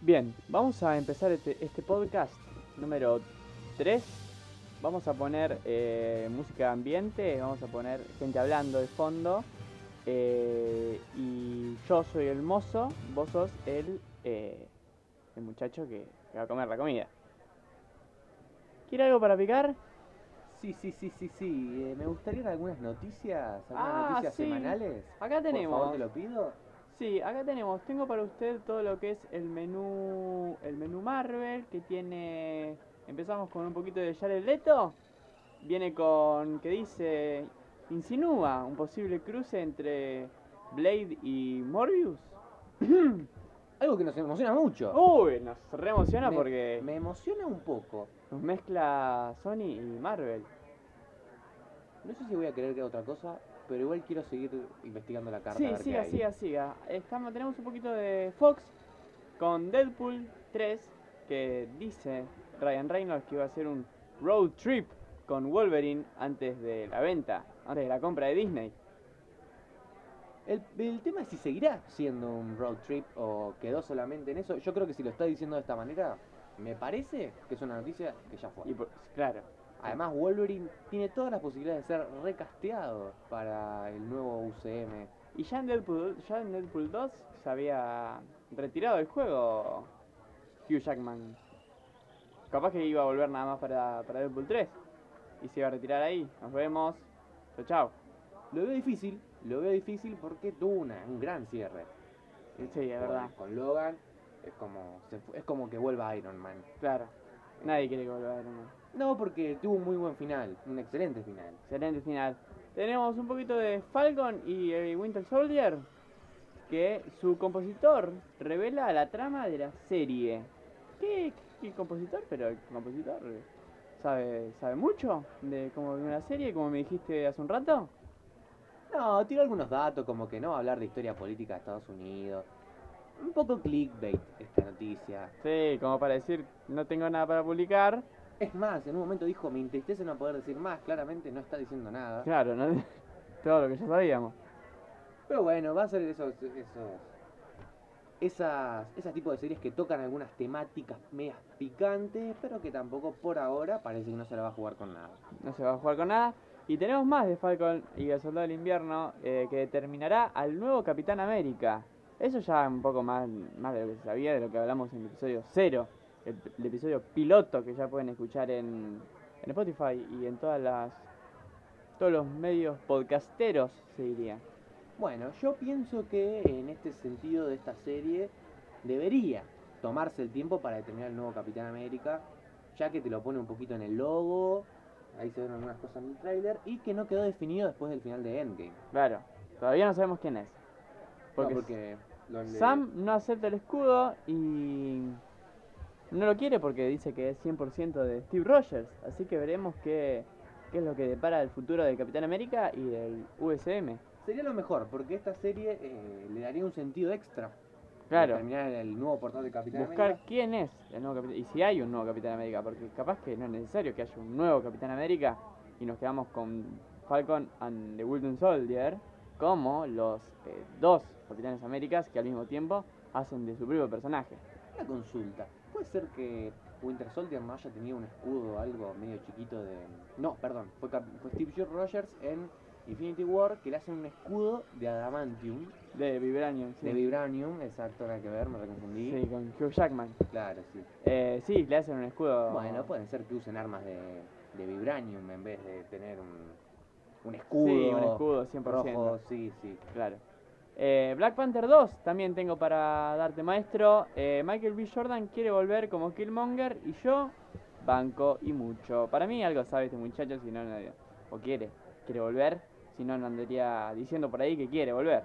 Bien, vamos a empezar este, este podcast número 3. Vamos a poner eh, música ambiente, vamos a poner gente hablando de fondo. eh, y yo soy el mozo, vos sos el, eh, el muchacho que, que va a comer la comida. ¿Quiere algo para picar? Sí, sí, sí, sí, sí. Eh, me gustarían algunas noticias, algunas Ah, noticias sí. semanales. Acá tenemos. Por favor, te lo pido. Sí, acá tenemos. Tengo para usted todo lo que es el menú, el menú Marvel, que tiene. Empezamos con un poquito de Jared Leto. Viene con que dice insinúa un posible cruce entre Blade y Morbius. Algo que nos emociona mucho. Uy, nos reemociona Me- Uh, porque Me emociona un poco. nos mezcla Sony y Marvel. No sé si voy a querer que haga otra cosa, pero igual quiero seguir investigando la carta. a Sí, ver qué siga, hay. siga, siga. Estamos, tenemos un poquito de Fox con Deadpool 3, que dice Ryan Reynolds que iba a hacer un road trip con Wolverine antes de la venta, antes de la compra de Disney. El, el tema es si seguirá siendo un road trip o quedó solamente en eso. Yo creo que si lo está diciendo de esta manera, me parece que es una noticia que ya fue. Y por- claro, Además, Wolverine tiene todas las posibilidades de ser recasteado para el nuevo UCM. y ya en Deadpool, ya en Deadpool 2 se había retirado del juego Hugh Jackman. Capaz que iba a volver nada más para, para Deadpool 3 y se iba a retirar ahí. Nos vemos. Chao, chao. Lo veo difícil, lo veo difícil porque tuvo una- un gran cierre. Sí, es Con- verdad. Con Logan, es como, se fu- es como que vuelva Iron Man. Claro, nadie quiere que vuelva a Iron Man. No, porque tuvo un muy buen final, un excelente final. Excelente final. Tenemos un poquito de Falcon y eh, Winter Soldier, que su compositor revela la trama de la serie. ¿Qué, qué compositor? Pero el compositor eh, sabe, sabe mucho de cómo viene la serie, como me dijiste hace un rato. No, tiró algunos datos, como que no va a hablar de historia política de Estados Unidos. Un poco clickbait esta noticia. Sí, como para decir, no tengo nada para publicar. Es más, en un momento dijo, me entristece no poder decir más, claramente no está diciendo nada. Claro, ¿no? todo lo que ya sabíamos. Pero bueno, va a ser esos, esos esas, esas tipo de series que tocan algunas temáticas medias picantes, pero que tampoco por ahora parece que no se la va a jugar con nada. no se va a jugar con nada. Y tenemos más de Falcon y el Soldado del Invierno eh, que determinará al nuevo Capitán América. Eso ya un poco más, más de lo que se sabía, de lo que hablamos en el episodio 0, el, el episodio piloto que ya pueden escuchar en, en Spotify y en todas las todos los medios podcasteros, se diría. Bueno, yo pienso que en este sentido de esta serie debería tomarse el tiempo para determinar el nuevo Capitán América, ya que te lo pone un poquito en el logo, ahí se ven algunas cosas en el tráiler, y que no quedó definido después del final de Endgame. No, Claro, todavía no sabemos quién es. Porque, porque lo- Sam no acepta el escudo y no lo quiere porque dice que es 100% de Steve Rogers. Así que veremos qué, qué es lo que depara el futuro del Capitán América y del USM. Sería lo mejor, porque esta serie eh, le daría un sentido extra. Claro, Terminar el nuevo portal de Capitán buscar América. quién es el nuevo Capitán y si hay un nuevo Capitán América, porque capaz que no es necesario que haya un nuevo Capitán América y nos quedamos con Falcon and the Golden Soldier como los eh, dos Capitanes Américas que al mismo tiempo hacen de su propio personaje. Una consulta. ¿Puede ser que Winter Soldier no haya tenido un escudo o algo medio chiquito de. No, perdón. Fue, Cap- fue Steve Jobs Rogers en Infinity War que le hacen un escudo de Adamantium, De Vibranium, sí. de Vibranium, exacto, nada que ver, me confundí. Sí, con Hugh Jackman. pues, Claro, sí. Eh, sí, le hacen un escudo. Bueno, pueden ser que usen armas de, de Vibranium en vez de tener un, un escudo. Sí, un escudo, 100%. rojo, sí, sí. Claro. Eh, Black Panther 2 también tengo para darte, maestro. Eh, Michael B. Jordan quiere volver como Killmonger y yo banco y mucho. Para mí algo sabe este muchacho, si no, no- o quiere, quiere volver, si no, no andaría diciendo por ahí que quiere volver.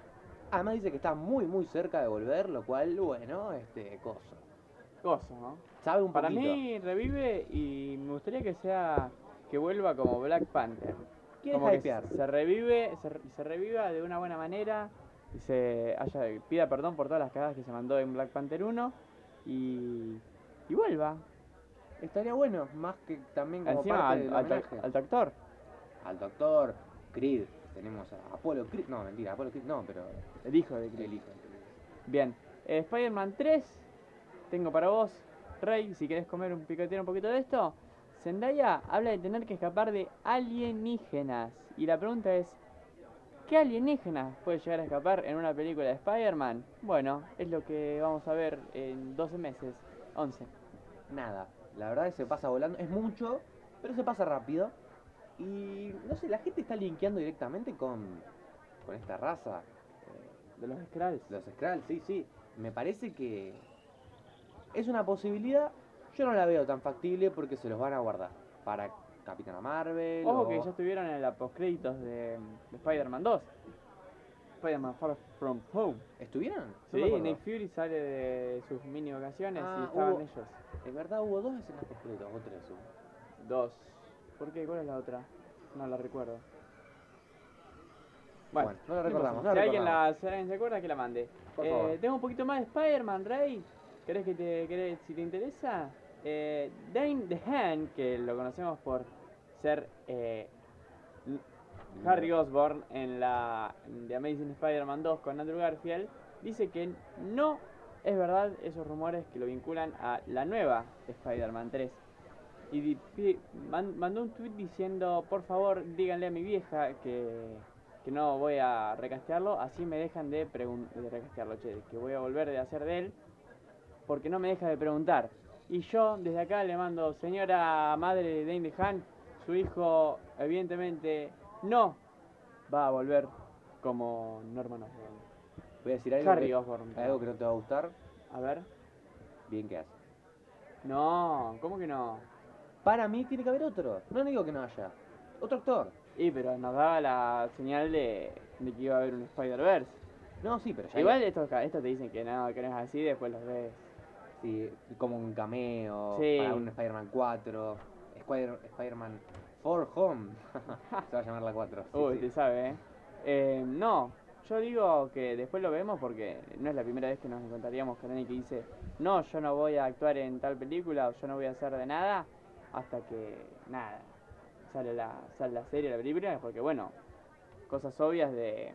Además dice que está muy muy cerca de volver, lo cual, bueno, este, cosa. Gozo, ¿no? Sabe un Para poquito. mí revive y me gustaría que sea que vuelva como Black Panther. Quiere Como que hypear. se revive, se, re- se reviva de una buena manera y se haya, pida perdón por todas las cagadas que se mandó en Black Panther 1 y, y vuelva. Estaría bueno, más que también como Encima parte al, del al, homenaje. al doctor. Al doctor Creed, tenemos a Apolo Creed, no, mentira, Apolo Creed no, pero El hijo de el Kree. hijo. de Creed. Bien. Eh, Spider-Man 3 tengo para vos. Rey, si querés comer un picotero un poquito de esto. Zendaya habla de tener que escapar de alienígenas. Y la pregunta es, ¿qué alienígenas puede llegar a escapar en una película de Spider-Man? Bueno, es lo que vamos a ver en 12 meses, 11. Nada. La verdad es que se pasa volando. Es mucho, pero se pasa rápido. Y no sé, la gente está linkeando directamente con, con esta raza. eh, De los Skrulls. Los Skrulls, sí, sí. Me parece que es una posibilidad. Yo no la veo tan factible porque se los van a guardar para Capitana Marvel. Ojo o- que ya estuvieron en la postcréditos de, de Spider-Man 2. Spider-Man Far From Home. ¿Estuvieron? No Sí, me acuerdo. Nick Fury sale de sus mini vacaciones y Ah, estaban hubo- ellos. En verdad hubo dos escenas postcréditos, o tres hubo. Dos. ¿Por qué? ¿Cuál es la otra? No la recuerdo. Bueno, Bueno, no lo no recordamos, importa. no lo si, alguien recordamos. la, si alguien se acuerda, que la mande. Por Eh, favor. tengo un poquito más de Spider-Man, Rey. ¿Querés que te, querés- si te interesa? Eh, Dane the Hand, que lo conocemos por ser eh, eh, Harry Osborn en la de Amazing Spider-Man 2 con Andrew Garfield dice que no es verdad esos rumores que lo vinculan a la nueva Spider-Man 3. Y di- pi- man- mandó un tweet diciendo, por favor, díganle a mi vieja que, que no voy a recastearlo, así me dejan de, pregun- de recastearlo, che, que voy a volver de hacer de él, porque no me deja de preguntar. Y yo desde acá le mando, señora madre de Dane DeHaan, su hijo evidentemente no va a volver como Norman Osborn. Voy a decir algo, Harry que, Osborn. algo que no te va a gustar. A ver. Bien que hace. No, ¿cómo que no? Para mí tiene que haber otro. No digo que no haya. Otro actor. Y pero nos daba la señal de, de que iba a haber un Spider-Verse. No, sí, pero ya. Igual estos, ca- estos te dicen que no, que no es así, después los ves. Sí, como un cameo Sí. para un Spider-Man 4, Spider- Spider-Man 4 Home. Se va a llamar la 4. sí, Uy, sí. te sabe, ¿eh? Eh, No, yo digo que después lo vemos porque no es la primera vez que nos encontraríamos con alguien que dice, no, yo no voy a actuar en tal película o yo no voy a hacer de nada hasta que nada. Sale la, sale la serie, la película, porque bueno, cosas obvias de.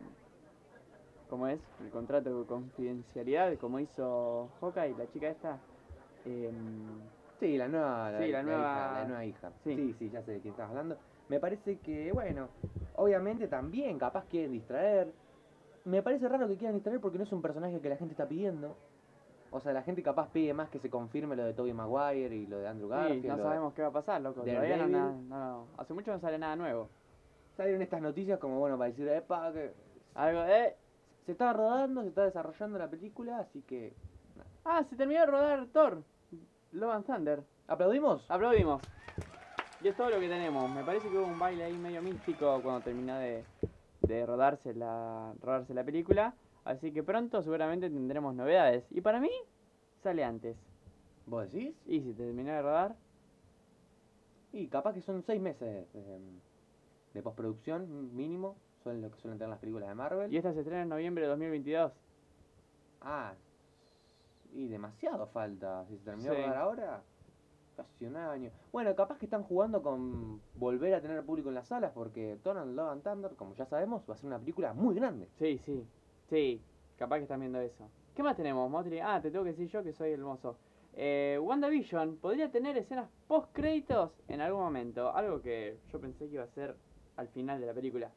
¿Cómo es? El contrato de confidencialidad, como hizo Hawkeye, la chica esta. em, Sí, la nueva, la, Sí, la la nueva- hija, la nueva hija. Sí. Sí. sí, ya sé de quién estás hablando. Me parece que, bueno, obviamente también capaz quieren distraer. Me parece raro que quieran distraer porque no es un personaje que la gente está pidiendo. O sea, la gente capaz pide más que se confirme lo de Tobey Maguire y lo de Andrew sí, Garfield. no lo de- sabemos qué va a pasar, loco. Todavía no, no- Daredevil. no- hace mucho no sale nada nuevo. Salieron estas noticias como, bueno, para decir, epa, que Algo de. se está rodando, se está desarrollando la película, así que Ah, se terminó de rodar Thor. Love and Thunder. ¿Aplaudimos? Ah. Aplaudimos. Y es todo lo que tenemos. Me parece que hubo un baile ahí medio místico cuando terminó de, de rodarse, la, rodarse la película. Así que pronto seguramente tendremos novedades. Y para mí, sale antes. ¿Vos decís? Y si terminó de rodar, Y capaz que son seis meses eh, de postproducción mínimo, son lo que suelen tener las películas de Marvel. y esta se estrena en noviembre de 2022. Ah, y demasiado falta. Si se terminó Sí. de rodar ahora, casi un año. Bueno, capaz que están jugando con volver a tener público en las salas, porque Thor and Love and Thunder, como ya sabemos, va a ser una película muy grande. Sí, sí, sí. Capaz que están viendo eso. ¿Qué más tenemos, Motri? Ah, te tengo que decir yo que soy hermoso. Eh, WandaVision podría tener escenas post-créditos en algún momento. Algo que yo pensé que iba a ser al final de la película.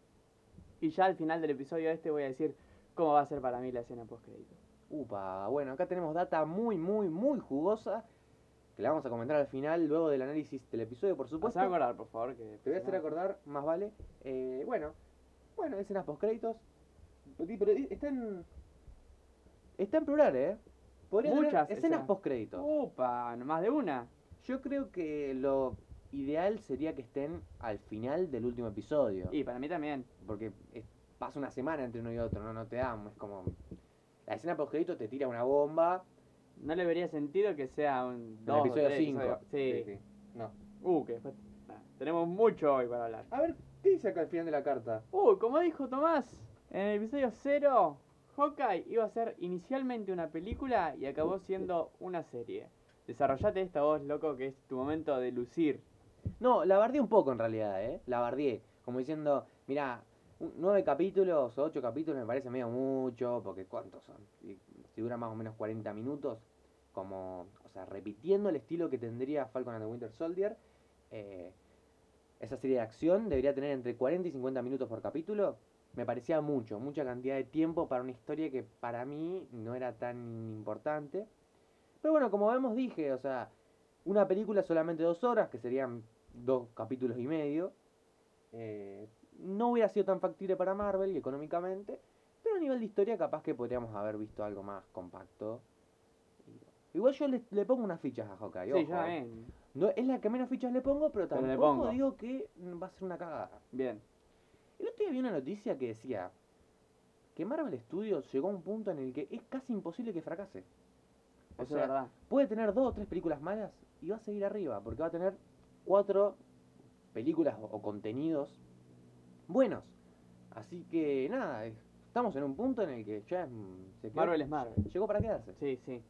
Y ya al final del episodio este voy a decir cómo va a ser para mí la escena post-crédito. Upa, bueno, acá tenemos data muy, muy, muy jugosa, que la vamos a comentar al final, luego del análisis del episodio, por supuesto. Haceme acordar, por favor. Que Te voy a hacer acordar, más vale. Eh, bueno, bueno, escenas postcréditos. Pero pero está en. Está en plural, ¿eh? Podría tener Muchas escenas escenas. postcréditos. ¡Upa! ¿Más de una? Yo creo que lo ideal sería que estén al final del último episodio. Y para mí también. Porque es- pasa una semana entre uno y otro, no, no te damos. Es como. La escena postcrédito te tira una bomba. No le vería sentido que sea un en dos o el episodio tres 5. episodios. Sí. No. Uh, que después... nah, tenemos mucho hoy para hablar. A ver, ¿qué dice acá al final de la carta? Uh, como dijo Tomás, en el episodio 0, Hawkeye iba a ser inicialmente una película y acabó siendo una serie. Desarrollate esta voz, loco, que es tu momento de lucir. No, la bardeé un poco en realidad, ¿eh? La bardeé. Como diciendo, mirá, un- nueve capítulos o ocho capítulos me parece medio mucho, porque ¿cuántos son? Y si dura más o menos 40 minutos, como, o sea, repitiendo el estilo que tendría Falcon and the Winter Soldier. eh, esa serie de acción debería tener entre 40 y 50 minutos por capítulo. Me parecía mucho, mucha cantidad de tiempo para una historia que para mí no era tan importante. Pero bueno, como vemos dije, o sea, una película solamente dos horas, que serían dos capítulos y medio, eh, no hubiera sido tan factible para Marvel y económicamente, pero a nivel de historia capaz que podríamos haber visto algo más compacto. Igual yo le, le pongo unas fichas a Sí, Hawkeye. ojo, yo eh. también. No, es la que menos fichas le pongo, pero Pero le tampoco pongo. digo que va a ser una cagada. Bien. El otro día vi una noticia que decía que Marvel Studios llegó a un punto en el que es casi imposible que fracase. O Eso sea, es verdad. puede tener dos o tres películas malas y va a seguir arriba, porque va a tener cuatro películas o, o contenidos buenos. Así que nada, eh, estamos en un punto en el que ya mm, se quedó- Marvel es Marvel. llegó para quedarse. Sí, sí.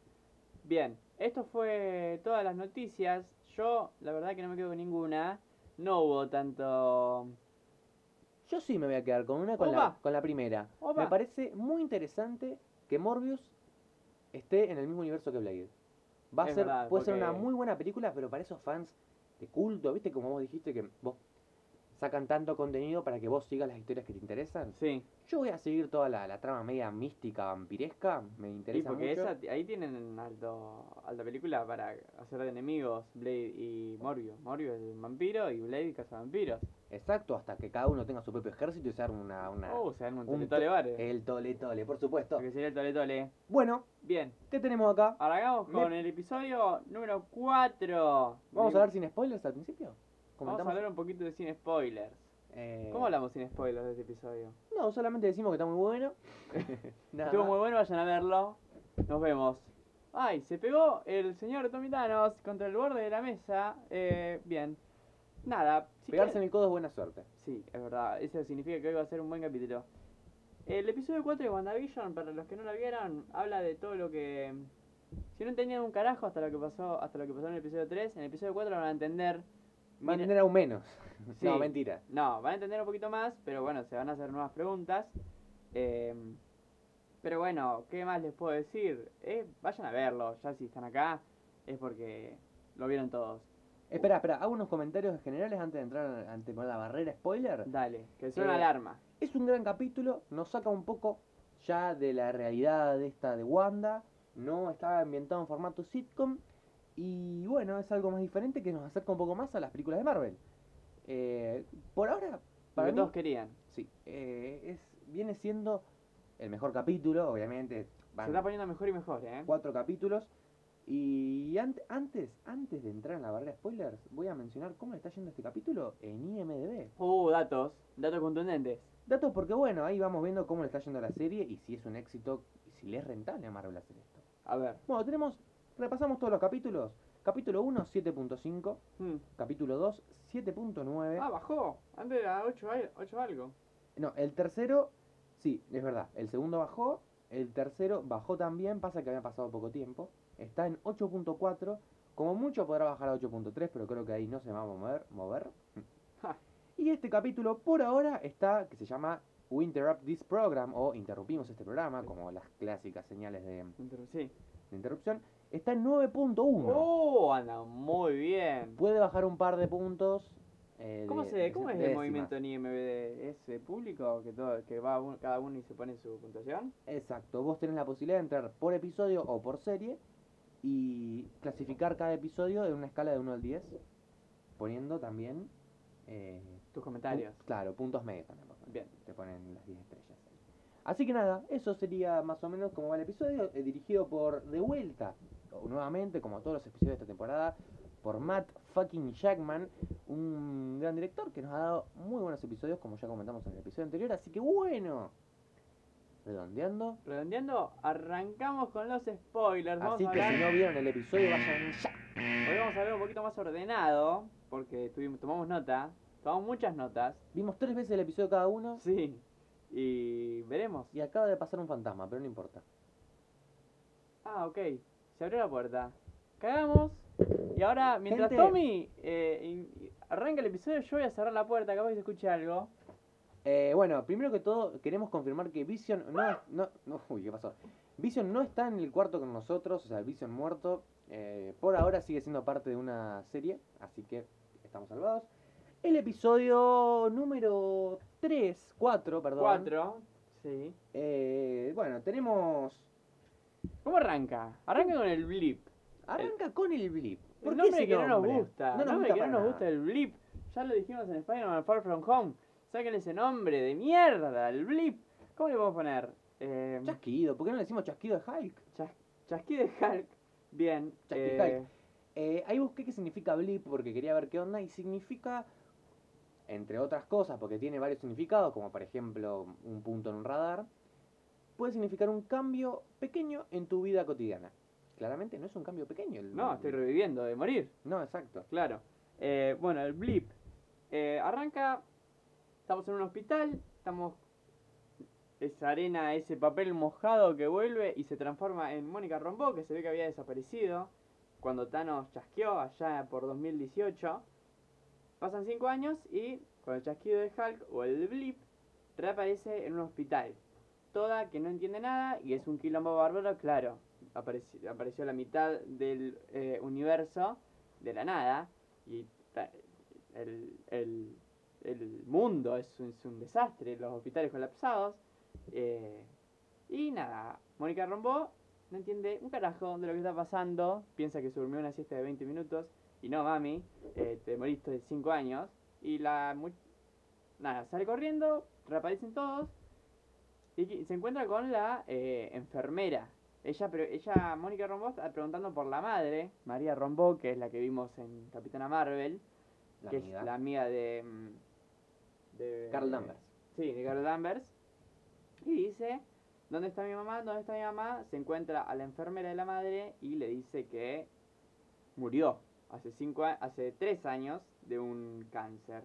Bien, esto fue todas las noticias. Yo, la verdad que no me quedo con ninguna. No hubo tanto... Yo sí me voy a quedar con una, con, la, Opa. con la primera. Opa. Me parece muy interesante que Morbius esté en el mismo universo que Blade. Va a Es ser, verdad, puede ser porque- una muy buena película, pero para esos fans de culto, ¿viste? Como vos dijiste que vos sacan tanto contenido para que vos sigas las historias que te interesan. Sí, Yo voy a seguir toda la, la trama media mística, vampiresca, me sí interesa porque mucho. esa, ahí tienen alto, alta película para hacer de enemigos Blade y Morbius. Morbius es el vampiro y Blade caza vampiros. Exacto, hasta que cada uno tenga su propio ejército y se arme una... una- Oh, se dan un tole un to- eh, tole bares. El tole tole, por supuesto. Lo que sería el tole tole. Bueno, Bien, ¿qué tenemos acá? arrancamos Me- con el episodio número 4. Vamos a hablar sin spoilers al principio. Vamos a Comentamos. hablar un poquito de sin spoilers. eh, ¿Cómo hablamos sin spoilers de este episodio? No, solamente decimos que está muy bueno. Nada Estuvo más. muy bueno, vayan a verlo. Nos vemos. Ay, se pegó el señor Tommy Thanos contra el borde de la mesa. Eh, bien. Nada. si Pegarse en el codo es buena suerte. Sí, es verdad. Eso significa que hoy va a ser un buen capítulo. El episodio 4 de WandaVision, para los que no la vieron, habla de todo lo que. Si no entendían un carajo hasta lo que pasó, hasta lo que pasó en el episodio 3, en el episodio 4 lo van a entender. Van a Miren- tener aún menos. Sí. No, mentira. No, van a entender un poquito más, pero bueno, se van a hacer nuevas preguntas. Eh, pero bueno, ¿qué más les puedo decir? Eh, vayan a verlo, ya si están acá, es porque lo vieron todos. Espera, espera, hago unos comentarios generales antes de entrar ante la barrera spoiler. Dale, que suena Eh, alarma. Es un gran capítulo, nos saca un poco ya de la realidad de esta de Wanda. No estaba ambientado en formato sitcom. Y bueno, es algo más diferente que nos acerca un poco más a las películas de Marvel. Eh, por ahora, Lo para que mí, todos querían. sí, eh, es, viene siendo el mejor capítulo, obviamente. Se van- está poniendo mejor y mejor, ¿eh? cuatro capítulos. Y ant- antes, antes de entrar en la barrera spoilers, voy a mencionar cómo le está yendo este capítulo en IMDB. Uh, datos, datos contundentes. Datos porque bueno, ahí vamos viendo cómo le está yendo a la serie y si es un éxito y si le es rentable a Marvel hacer esto. A ver. Bueno, tenemos, repasamos todos los capítulos. Capítulo 1, 7.5. Hmm. Capítulo 2, 7.9. Ah, bajó. Antes era 8, algo. No, el tercero, sí, es verdad. El segundo bajó, el tercero bajó también, pasa que había pasado poco tiempo. Está en 8.4, como mucho podrá bajar a 8.3, pero creo que ahí no se va a mover. mover. Ja. Y este capítulo por ahora está, que se llama We Interrupt This Program, o Interrumpimos este programa, como las clásicas señales de, Entonces, Sí. de interrupción. Está en 9.1. Oh, anda muy bien. Puede bajar un par de puntos. eh, ¿Cómo, de- se, de- ¿Cómo de es el décimas. movimiento en IMBD? ¿Es eh, público? ¿Que, todo, que va un- cada uno y se pone su puntuación? Exacto, vos tenés la posibilidad de entrar por episodio o por serie y clasificar cada episodio en una escala de 1 al 10, poniendo también... eh, Tus pu- comentarios. claro, puntos medios también. porque Bien. Te ponen las 10 estrellas. ahí. Así que nada, eso sería más o menos como va el episodio, eh, dirigido por De Vuelta, o nuevamente, como todos los episodios de esta temporada, por Matt fucking Jackman, un gran director que nos ha dado muy buenos episodios, como ya comentamos en el episodio anterior, así que bueno, redondeando, Redondeando, arrancamos con los spoilers. Vamos Así a que si hablar- Eh. no vieron el episodio, vayan ya. Hoy vamos a hablar un poquito más ordenado, porque tuvimos, tomamos nota. Tomamos muchas notas. Vimos tres veces el episodio cada uno Sí. Y veremos. y acaba de pasar un fantasma, pero no importa. Ah, ok. Se abrió la puerta. Cagamos. Y ahora, mientras Gente. Tommy eh, in- arranca el episodio, yo voy a cerrar la puerta, capaz que se escuche algo. Eh, bueno, primero que todo, queremos confirmar que Vision no es. No, no, uy, ¿qué pasó? Vision no está en el cuarto con nosotros, o sea, Vision muerto. eh, por ahora sigue siendo parte de una serie, así que estamos salvados. El episodio número 3, 4, perdón. Cuatro. Sí. Eh, bueno, tenemos. ¿Cómo arranca? Arranca con el blip. Arranca con el blip. Un qué nombre ese que no nos nombre? gusta. No Un nos nombre gusta que no para nos nada. gusta el blip. Ya lo dijimos en Spider-Man Far From Home. Sáquenle ese nombre de mierda, el blip. ¿Cómo le podemos poner? Eh, Chasquido, ¿por qué no le decimos chasquido de Hulk? chas- chasquí de Hulk. Bien. Chasqui eh, Eh, ahí busqué qué significa blip porque quería ver qué onda y significa, entre otras cosas, porque tiene varios significados, como por ejemplo un punto en un radar, puede significar un cambio pequeño en tu vida cotidiana. Claramente no es un cambio pequeño. el- No, estoy reviviendo de morir. No, exacto. Claro. Eh, bueno, el blip. Eh, arranca. Estamos en un hospital. Estamos. Esa arena, ese papel mojado que vuelve y se transforma en Mónica Rombó, que se ve que había desaparecido cuando Thanos chasqueó allá por 2018. Pasan 5 años y con el chasquido de Hulk o el blip reaparece en un hospital. Toda que no entiende nada y es un quilombo bárbaro, claro. Apareci- apareció la mitad del eh, universo de la nada y ta- el, el- el mundo es un, es un desastre, los hospitales colapsados. eh, y nada, Mónica Rombó no entiende un carajo de lo que está pasando, piensa que se durmió una siesta de 20 minutos y no, mami, eh, te moriste de 5 años. Y la... mu- Nada, sale corriendo, reaparecen todos y que- se encuentra con la eh, enfermera. Ella, pre- ella Mónica Rombó, está preguntando por la madre, María Rombó, que es la que vimos en Capitana Marvel, La que amiga. es la amiga de... mm, de Carl Danvers. Sí, de Carl Danvers. Y dice, ¿dónde está mi mamá? ¿Dónde está mi mamá? Se encuentra a la enfermera de la madre y le dice que murió hace, cinco a- hace tres años de un cáncer.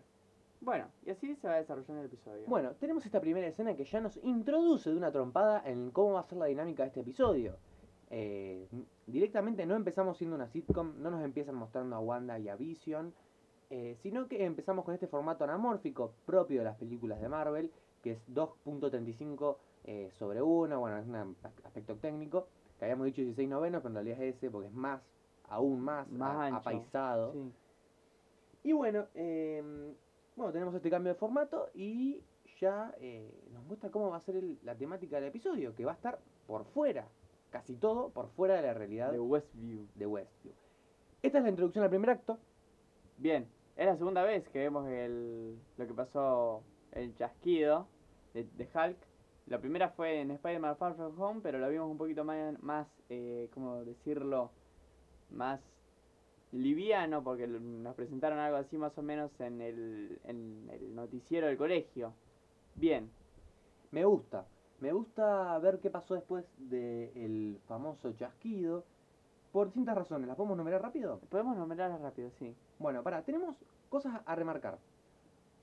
Bueno, y así se va desarrollando el episodio. Bueno, tenemos esta primera escena que ya nos introduce de una trompada en cómo va a ser la dinámica de este episodio. Eh, n- directamente no empezamos siendo una sitcom, no nos empiezan mostrando a Wanda y a Vision, eh, sino que empezamos con este formato anamórfico propio de las películas de Marvel, que es 2.35 eh, sobre 1, bueno, es un as- aspecto técnico, que habíamos dicho 16 novenos, pero en realidad es ese porque es más, aún más, Más a- ancho. apaisado. Sí. Y bueno, eh, bueno, tenemos este cambio de formato y ya eh, nos muestra cómo va a ser el- la temática del episodio, que va a estar por fuera, casi todo por fuera de la realidad De Westview. de Westview. Esta es la introducción al primer acto. Bien, es la segunda vez que vemos el, lo que pasó, el chasquido de, de Hulk. La primera fue en Spider-Man Far From Home, pero la vimos un poquito más, más eh, ¿cómo decirlo? Más liviano, porque l- nos presentaron algo así más o menos en el, en el noticiero del colegio. Bien, Me gusta. Me gusta ver qué pasó después del famoso chasquido. Por distintas razones, ¿las podemos numerar rápido? podemos nombrarlas rápido, sí. Bueno, para, tenemos cosas a remarcar.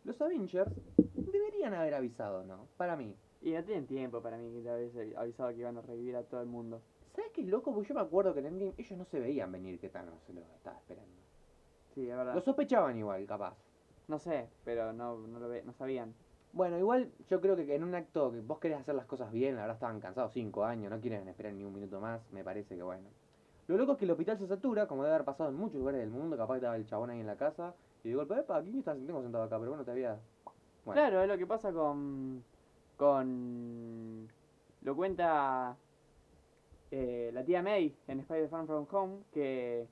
Los Avengers deberían haber avisado, ¿no? Para mí. Y no tienen tiempo para mí, que habéis avisado que iban a revivir a todo el mundo. ¿Sabes qué loco? Porque yo me acuerdo que en Endgame ellos no se veían venir que Thanos se los estaba esperando. Sí, es verdad. Lo sospechaban igual, capaz. No sé, pero no, no, lo ve, no sabían. Bueno, igual yo creo que en un acto que vos querés hacer las cosas bien, la verdad estaban cansados cinco años, no quieren esperar ni un minuto más, me parece que bueno. Lo loco es que el hospital se satura, como debe haber pasado en muchos lugares del mundo, capaz que estaba el chabón ahí en la casa, y de golpe, epa, ¿quién está tengo sentado acá? Pero bueno, te había... Bueno. Claro, es lo que pasa con. con. Lo cuenta. eh, la tía May en Spider-Man From Home, que.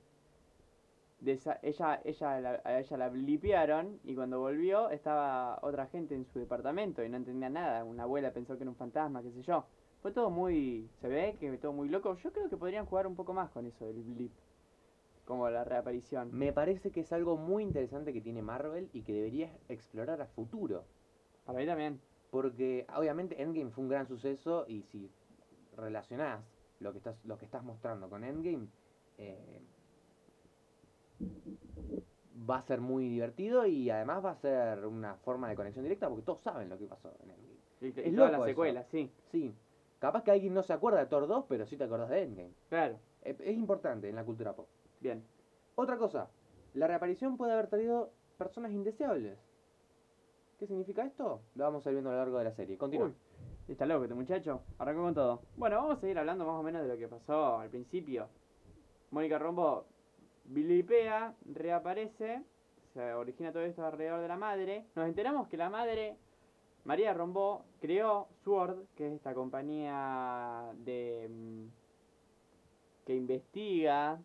desa- ella, ella, la, a ella la blipearon y cuando volvió estaba otra gente en su departamento y no entendía nada. Una abuela pensó que era un fantasma, qué sé yo. Fue todo muy. se ve que todo muy loco. Yo creo que podrían jugar un poco más con eso, el blip. Como la reaparición. Me parece que es algo muy interesante que tiene Marvel y que deberías explorar a futuro. Para mí también. Porque obviamente Endgame fue un gran suceso y si relacionás lo que estás, lo que estás mostrando con Endgame, eh, va a ser muy divertido y además va a ser una forma de conexión directa porque todos saben lo que pasó en Endgame. Y, Es y todas loco las eso. secuelas, sí. Sí, capaz que alguien no se acuerda de Thor 2, pero sí te acordás de Endgame. Claro. Es, es importante en la cultura pop. Bien. Otra cosa, la reaparición puede haber traído personas indeseables. ¿Qué significa esto? Lo vamos a ir viendo a lo largo de la serie. Continúa. Uy. Está loco este muchacho. Arrancó con todo. Bueno, vamos a seguir hablando más o menos de lo que pasó al principio. Mónica Rombo vilipea, reaparece. Se origina todo esto alrededor de la madre. Nos enteramos que la madre, María Rombo, creó Sword, que es esta compañía de mm, que investiga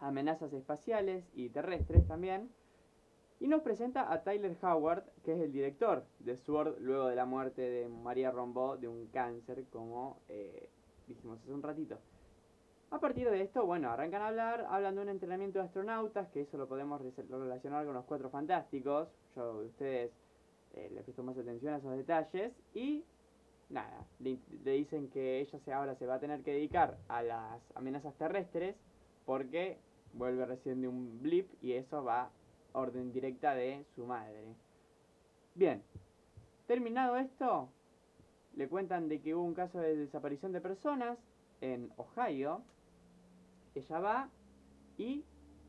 amenazas espaciales y terrestres también. Y nos presenta a Tyler Howard, que es el director de Sword luego de la muerte de María Rombo de un cáncer, como eh, dijimos hace un ratito. A partir de esto, bueno, arrancan a hablar, hablan de un entrenamiento de astronautas, que eso lo podemos rese- lo relacionar con los cuatro fantásticos. Yo de ustedes eh, les presto más atención a esos detalles. Y nada, le, le dicen que ella se, ahora se va a tener que dedicar a las amenazas terrestres, porque vuelve recién de un blip y eso va a orden directa de su madre. Bien, terminado esto, le cuentan de que hubo un caso de desaparición de personas en Ohio. Ella va y.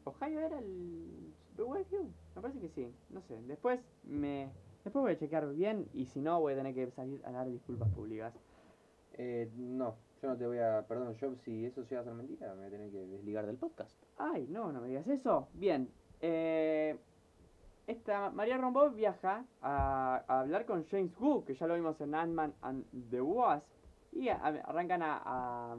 ¿Ohio era el. Superwagyu? Me parece que sí, no sé. Después me. Después voy a checar bien y si no voy a tener que salir a dar disculpas públicas. Eh, no, yo no te voy a. Perdón, yo si eso llega a ser mentira, me voy a tener que desligar del podcast. Ay, no, no me digas eso. Bien. eh, esta María Rombó viaja a, a hablar con James Wu, que ya lo vimos en Ant-Man and the Wasp. Y a- a- arrancan a, a,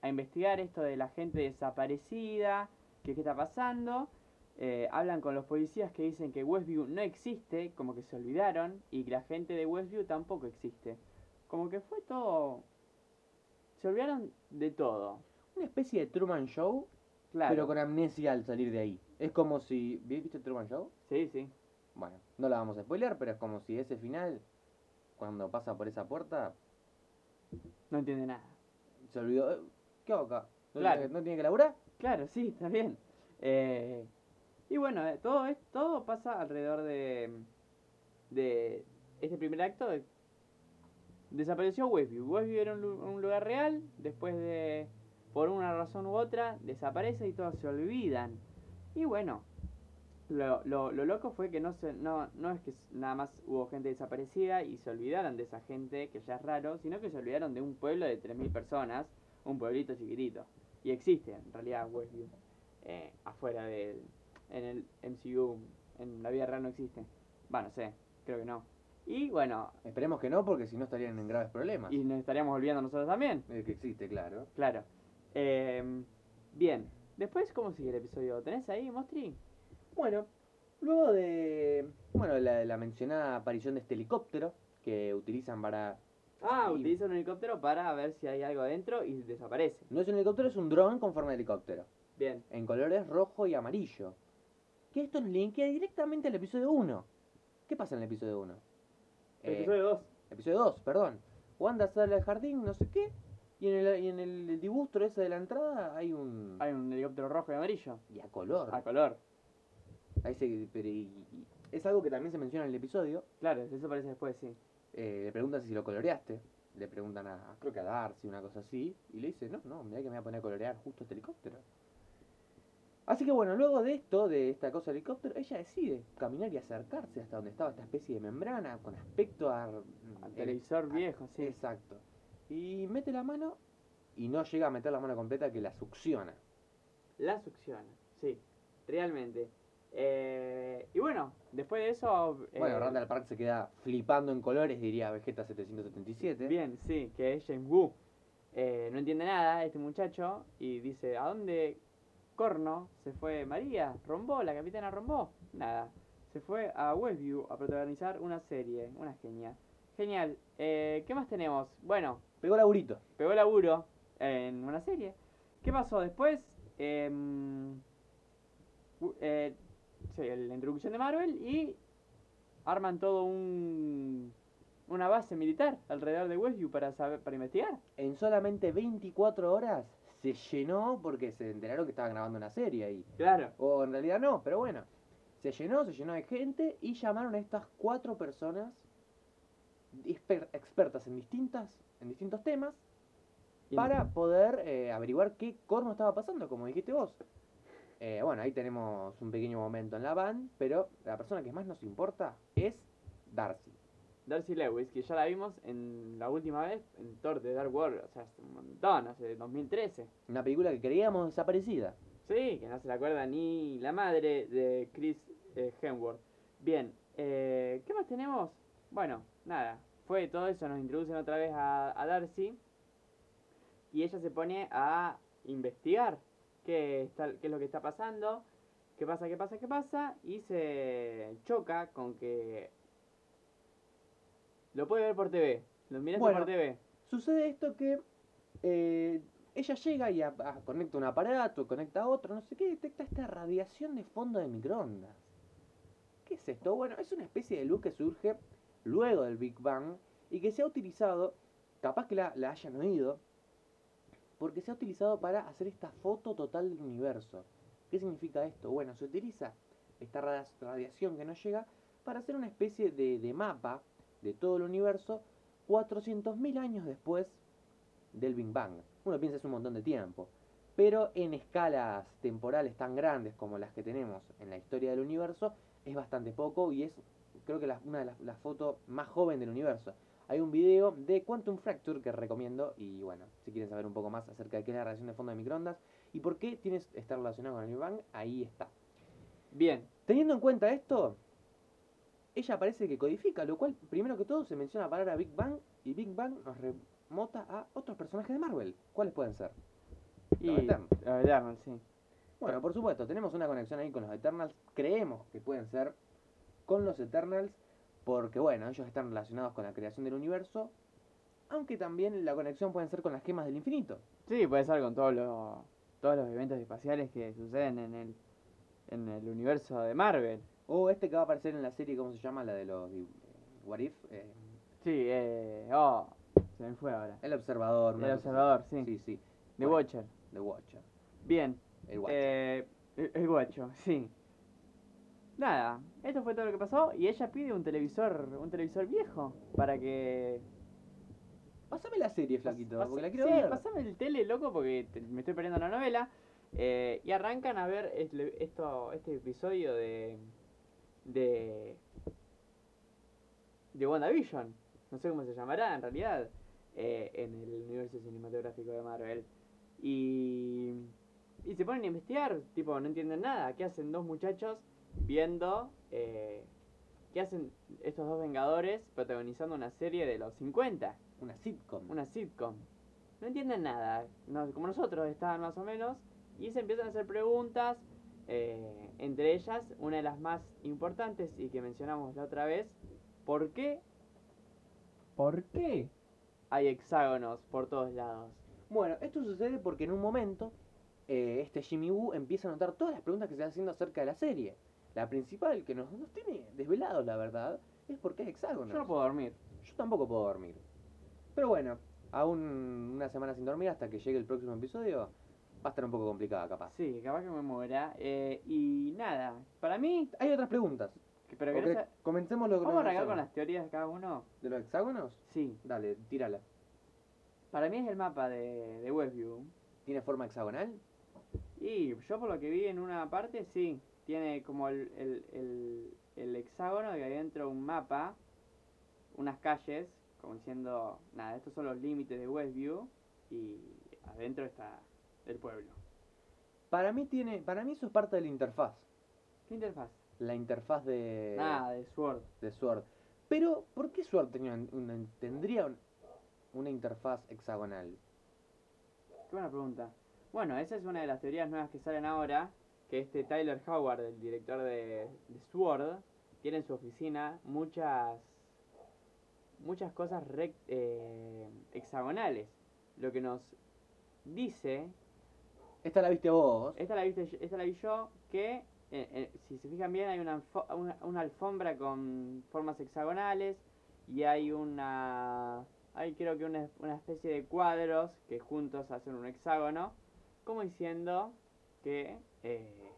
a investigar esto de la gente desaparecida, que qué está pasando. Eh, hablan con los policías que dicen que Westview no existe, como que se olvidaron, y que la gente de Westview tampoco existe. Como que fue todo... Se olvidaron de todo. Una especie de Truman Show, Claro. pero con amnesia al salir de ahí. Es como si. ¿vi- ¿Viste Truman Show? Sí, sí. Bueno, no la vamos a spoilear, pero es como si ese final, cuando pasa por esa puerta, No entiende nada. se olvidó. "Eh, ¿Qué hago acá? ¿No, Claro. tiene, que- no tiene que laburar? Claro, sí, está bien. Eh, y bueno, eh, todo, es, todo pasa alrededor de, de este primer acto. de- desapareció Westview. Westview era un, lu- un lugar real, después de, por una razón u otra, desaparece y todos se olvidan. Y bueno, lo, lo- lo loco fue que no, se, no, no es que s- nada más hubo gente desaparecida y se olvidaron de esa gente, que ya es raro, sino que se olvidaron de un pueblo de 3.000 personas, un pueblito chiquitito. Y existe en realidad Westview. eh, afuera del. En el MCU. En la vida real no existe. Va, no sé. Creo que no. Y bueno. Esperemos que no, porque si no estarían en graves problemas. Y nos estaríamos olvidando nosotros también. El que existe, claro. Claro. Em, bien. Después, ¿cómo sigue el episodio? ¿Tenés ahí, Mostri? Bueno, luego de bueno la, la mencionada aparición de este helicóptero que utilizan para... Ah, Sí. utiliza un helicóptero para ver si hay algo adentro y desaparece. No es un helicóptero, es un dron con forma de helicóptero. Bien. En colores rojo y amarillo. Que esto nos linkea directamente al episodio 1. ¿Qué pasa en el episodio 1? episodio 2. episodio 2, perdón. Wanda sale al jardín, no sé qué. Y en el, y en el dibustro ese de la entrada hay un... Hay un helicóptero rojo y amarillo. Y a color. A color. Ahí se- pero y- y- es algo que también se menciona en el episodio. Claro, eso aparece después, sí. Eh, le preguntan si lo coloreaste. Le preguntan a, creo que a Darcy, una cosa así. Y le dice, no, no, mira que me voy a poner a colorear justo este helicóptero. Así que bueno, luego de esto, de esta cosa del helicóptero, ella decide caminar y acercarse hasta donde estaba esta especie de membrana con aspecto a... mm, Al el- televisor a- viejo, sí. Exacto. Y mete la mano y no llega a meter la mano completa que la succiona. La succiona, sí, realmente. Eh, y bueno, después de eso. eh, Bueno, Randall Park se queda flipando en colores, diría Vegeta 777. Bien, sí, que es James Wu. Eh, no entiende nada este muchacho y dice: ¿A dónde corno se fue María? ¿Rombó? ¿La capitana Rombó? Nada. Se fue a Westview a protagonizar una serie, una genia. Genial. Eh, ¿Qué más tenemos? Bueno, Pegó laburito. pegó laburo en una serie. ¿Qué pasó después? Em, u- eh, sí, la introducción de Marvel y arman todo un una base militar alrededor de Westview para saber para investigar. en solamente 24 horas se llenó porque se enteraron que estaban grabando una serie ahí. Claro. O en realidad no, pero bueno. Se llenó, se llenó de gente y llamaron a estas cuatro personas exper- expertas en distintas en distintos temas para poder eh, averiguar qué corno estaba pasando, como dijiste vos. Eh, bueno, ahí tenemos un pequeño momento en la van, pero la persona que más nos importa es Darcy. Darcy Lewis, que ya la vimos en la última vez en Thor de Dark World, o sea, hace un montón, hace 2013. Una película que creíamos desaparecida. Sí, que no se la acuerda ni la madre de Chris eh, Hemsworth. Bien, eh, ¿qué más tenemos? Bueno, nada, fue todo eso, nos introducen otra vez a, a Darcy y ella se pone a investigar qué, está, qué es lo que está pasando, qué pasa, qué pasa, qué pasa, y se choca con que lo puede ver por TV, lo miras Bueno. por TV. Sucede esto que eh, ella llega y a- a- conecta un aparato, conecta otro, no sé qué, detecta esta radiación de fondo de microondas. ¿Qué es esto? Bueno, es una especie de luz que surge luego del Big Bang y que se ha utilizado, capaz que la, la hayan oído, porque se ha utilizado para hacer esta foto total del universo. ¿Qué significa esto? Bueno, se utiliza esta radi- radiación que nos llega para hacer una especie de, de mapa de todo el universo 400.000 años después del Big Bang. Uno piensa es un montón de tiempo, pero en escalas temporales tan grandes como las que tenemos en la historia del universo es bastante poco y es creo que la- una de las las fotos más joven del universo. Hay un video de Quantum Fracture que recomiendo y bueno, si quieren saber un poco más acerca de qué es la radiación de fondo de microondas y por qué tiene está relacionado con el Big Bang, ahí está. Bien, Teniendo en cuenta esto, ella parece que codifica, lo cual, primero que todo, se menciona la palabra Big Bang y Big Bang nos remota a otros personajes de Marvel. ¿Cuáles pueden ser? y Los Eternals. los Eternals, sí. Bueno, por supuesto, tenemos una conexión ahí con los Eternals. Creemos que pueden ser con los Eternals, porque bueno, ellos están relacionados con la creación del universo, aunque también la conexión pueden ser con las gemas del infinito. Sí, puede ser con todos los, todos los eventos espaciales que suceden en el, en el universo de Marvel. O este que va a aparecer en la serie, ¿cómo se llama? La de los eh, What If. eh, Sí, eh, oh, se me fue ahora. el Observador. una El cosa así. observador, sí. Sí, sí. The Bueno, Watcher. The Watcher. Bien, El Watcher. eh, el, el guacho, sí. Nada, esto fue todo lo que pasó y ella pide un televisor, un televisor viejo para que... Pásame la serie, flaquito, Pas- porque la quiero sí, ver. pasame el tele, loco, porque te- me estoy perdiendo la novela. Eh, y arrancan a ver es- le- esto, este episodio de... de... de WandaVision. No sé cómo se llamará en realidad eh, en el universo cinematográfico de Marvel. Y, y se ponen a investigar, tipo, no entienden nada. ¿Qué hacen dos muchachos viendo... eh, ¿Qué hacen estos dos Vengadores protagonizando una serie de los 50? Una sitcom. una sitcom. No entienden nada, no- como nosotros estaban más o menos, y se empiezan a hacer preguntas, eh, entre ellas una de las más importantes y que mencionamos la otra vez, ¿por qué ¿Por qué? hay hexágonos por todos lados? Bueno, esto sucede porque en un momento eh, este Jimmy Woo empieza a notar todas las preguntas que se están haciendo acerca de la serie. La principal que nos, nos tiene desvelados, la verdad, es por qué es hexágono. Yo no puedo dormir. Yo tampoco puedo dormir. Pero bueno, aún una semana sin dormir hasta que llegue el próximo episodio va a estar un poco complicada, capaz. Sí, capaz que me muera. eh, y nada, para mí... Hay otras preguntas. que- Pero ¿O querés cre- a- Comencemos lo ¿Vamos a arrancar con las teorías de cada uno? de los hexágonos. Sí, Dale, tírala. para mí es el mapa de, de Westview. ¿Tiene forma hexagonal? Y yo por lo que vi en una parte, sí. Tiene como el, el, el, el hexágono y adentro un mapa, unas calles, como diciendo, nada, estos son los límites de Westview y adentro está el pueblo. Para mí tiene, para mí eso es parte de la interfaz. ¿Qué interfaz? La interfaz de, nada, de Sword. de Sword. Pero, ¿por qué Sword tenía un- una- tendría un- una interfaz hexagonal? Qué buena pregunta. Bueno, esa es una de las teorías nuevas que salen ahora, que este Tyler Howard, el director de, de Sword, tiene en su oficina muchas muchas cosas rec- eh, hexagonales. Lo que nos dice, Esta la viste vos. esta la, viste, yo- esta la vi yo, que eh, eh, si se fijan bien hay una, alfo- una, una alfombra con formas hexagonales y hay una... Hay creo que una, una especie de cuadros que juntos hacen un hexágono, como diciendo que... eh,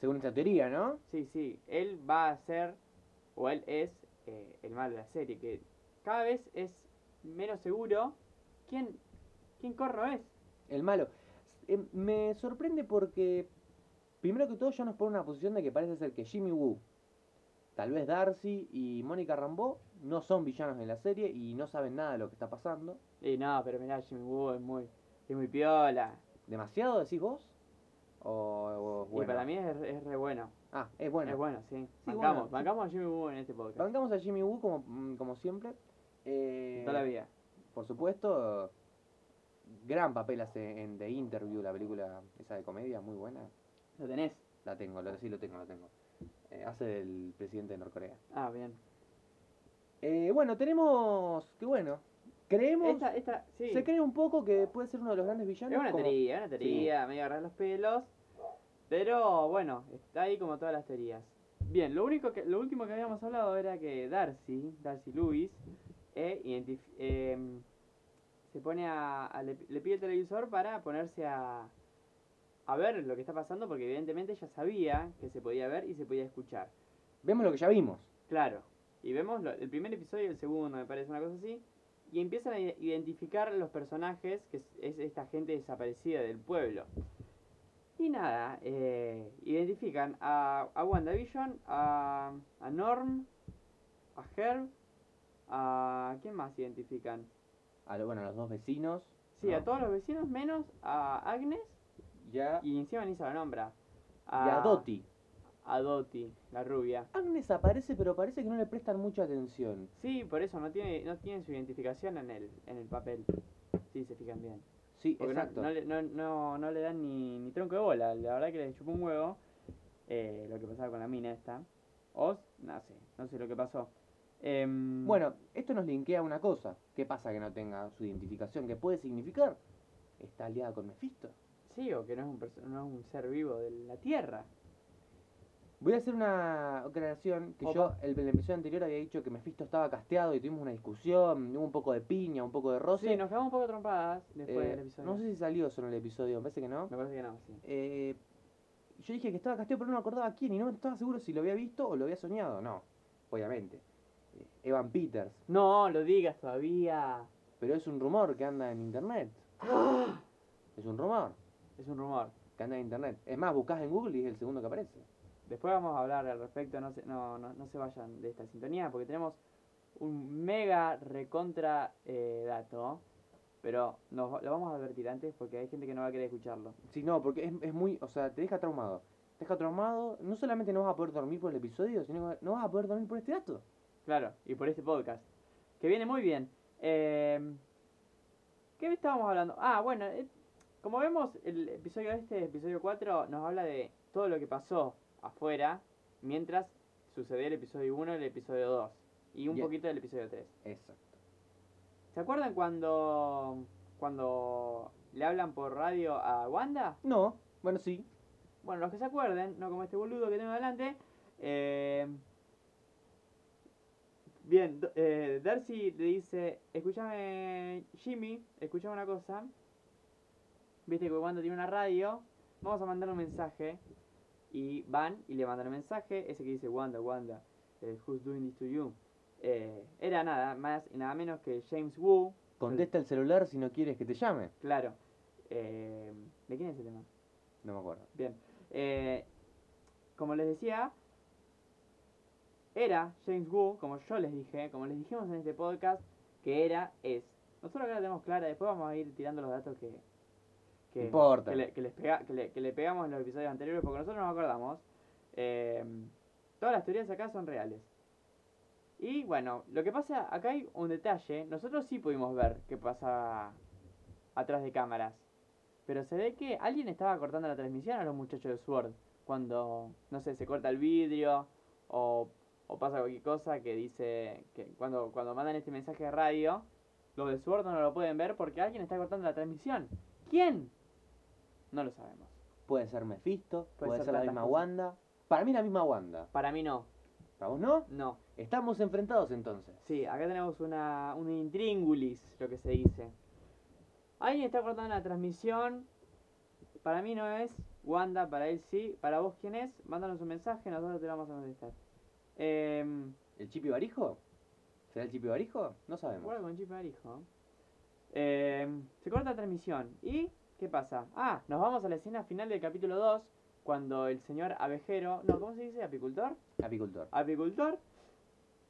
Según esta teoría, ¿no? Sí, sí, él va a ser, o él es eh, el malo de la serie, que cada vez es menos seguro quién, quién corro es. El malo. Eh, me sorprende porque, primero que todo, ya nos pone una posición de que parece ser que Jimmy Woo, Tal vez Darcy y Mónica Rambeau no son villanos en la serie y no saben nada de lo que está pasando. Y no, pero mirá, Jimmy Woo es muy, es muy piola. ¿Demasiado decís vos? O, o es Y bueno. para mí es, es re bueno. Ah, es bueno. Es bueno, sí. bueno, bancamos, sí. bancamos a Jimmy Woo en este podcast. Bancamos a Jimmy Woo como, mm, como siempre. Eh, Toda la vida. Por supuesto, gran papel hace en The Interview, la película esa de comedia, muy buena. ¿Lo tenés? La tengo, lo, sí lo tengo, lo tengo. Eh, hace del presidente de Norcorea. Ah, bien. Eh, bueno, tenemos. Qué bueno. Creemos. Esta, esta, sí. Se cree un poco que puede ser uno de los grandes Es villanos. una como- teoría, una teoría, medio agarrar los pelos. Pero bueno, está ahí como todas las teorías. Bien, lo único que, lo último que habíamos hablado era que Darcy, Darcy Lewis, eh, identif- em, se pone a, a- le, le pide el televisor para ponerse a, a ver lo que está pasando, porque evidentemente ella sabía que se podía ver y se podía escuchar. Vemos lo que ya vimos. Claro. Y vemos lo- el primer episodio y el segundo, me parece una cosa así. Y empiezan a i- identificar los personajes, que es, es esta gente desaparecida del pueblo. Y nada, eh, identifican a, a WandaVision, a, a Norm, a Herb, a... ¿Quién más identifican? A lo- bueno, a los dos vecinos. Sí, a todos los vecinos menos a Agnes Ya. Y, y encima ni se la nombra. a Dottie. A Dottie, la rubia. Agnes aparece, pero parece que no le prestan mucha atención. Sí, por eso no tiene, no tiene su identificación en el, en el papel. Sí, se fijan bien. Sí, Porque no, exacto. no le, no, no, no le dan ni, ni tronco de bola. La verdad que le chupó un huevo eh, lo que pasaba con la mina esta. O, no sé, no sé lo que pasó. Em, Bueno, esto nos linkea a una cosa. ¿Qué pasa que no tenga su identificación? ¿Qué puede significar? Está aliada con Mephisto. Sí, o que no es un, perso- no es un ser vivo de la Tierra. Voy a hacer una aclaración que yo Opa. el, en el episodio anterior había dicho que Mephisto estaba casteado y tuvimos una discusión, hubo un poco de piña, un poco de roce. Sí, nos quedamos un poco trompadas después Eh, del episodio. No sé si salió solo el episodio, me parece que no. Me parece que no, sí. Eh, yo dije que estaba casteado, pero no me acordaba quién y no estaba seguro si lo había visto o lo había soñado. No, obviamente. Eh, Evan Peters. No, lo digas todavía. Pero es un rumor que anda en internet. ¡Ah! Es un rumor Es un rumor. que anda en internet. Es más, buscas en Google y es el segundo que aparece. Después vamos a hablar al respecto, no se, no, no, no se vayan de esta sintonía, porque tenemos un mega recontra eh, dato, pero nos, va- lo vamos a advertir antes porque hay gente que no va a querer escucharlo. Sí, no, porque es, es muy. O sea, te deja traumado. Te deja traumado. No solamente no vas a poder dormir por el episodio, sino que no vas a poder dormir por este dato. Claro, y por este podcast, que viene muy bien. Eh, ¿Qué estábamos hablando? Ah, bueno, eh, como vemos, el episodio este, episodio 4, nos habla de todo lo que pasó afuera mientras sucedía el episodio 1 y el episodio 2, y un Bien. poquito del episodio 3. Exacto. ¿Se acuerdan cuando cuando le hablan por radio a Wanda? No, bueno, sí. Bueno, los que se acuerden, no como este boludo que tengo adelante. eh, bien, do- eh, Darcy le dice, escúchame Jimmy, escúchame una cosa. Viste que Wanda tiene una radio, vamos a mandar un mensaje. Y van y le mandan un mensaje, ese que dice Wanda, Wanda, eh, who's doing this to you? Eh, era nada más y nada menos que James Wu, Contesta el celular si no quieres que te llame. Claro. Eh, ¿De quién es el tema? No me acuerdo. Bien. Eh, como les decía, era James Wu, como yo les dije, como les dijimos en este podcast, que era, es. Nosotros acá la tenemos clara, después vamos a ir tirando los datos que. que Importa. Que le, que les pega- que le- que le pegamos en los episodios anteriores, porque nosotros nos acordamos. Eh, todas las teorías acá son reales. Y bueno, lo que pasa, acá hay un detalle. Nosotros sí pudimos ver qué pasa atrás de cámaras. Pero se ve que alguien estaba cortando la transmisión a los muchachos de Sword. Cuando, no sé, se corta el vidrio o, o pasa cualquier cosa que dice que cuando, cuando mandan este mensaje de radio, los de Sword no lo pueden ver porque alguien está cortando la transmisión. ¿Quién? No lo sabemos. Puede ser Mephisto, Puede puede, ser ser, la tantas misma cosas. Wanda. Para mí la misma Wanda. Para mí no, ¿Para vos no? no. Estamos enfrentados entonces. Sí, acá tenemos una, un intríngulis, lo que se dice. Alguien está cortando la transmisión. Para mí no es. Wanda, para él sí. Para vos, ¿quién es? Mándanos un mensaje, nosotros te lo vamos a contestar. Eh, ¿El Chipi Barijo? ¿Será el Chipi Barijo? No sabemos. con Em, Chip Arijo. Eh, se corta la transmisión. ¿Y qué pasa? Ah, nos vamos a la escena final del capítulo 2, cuando el señor abejero, no, ¿cómo se dice? Apicultor. Apicultor. Apicultor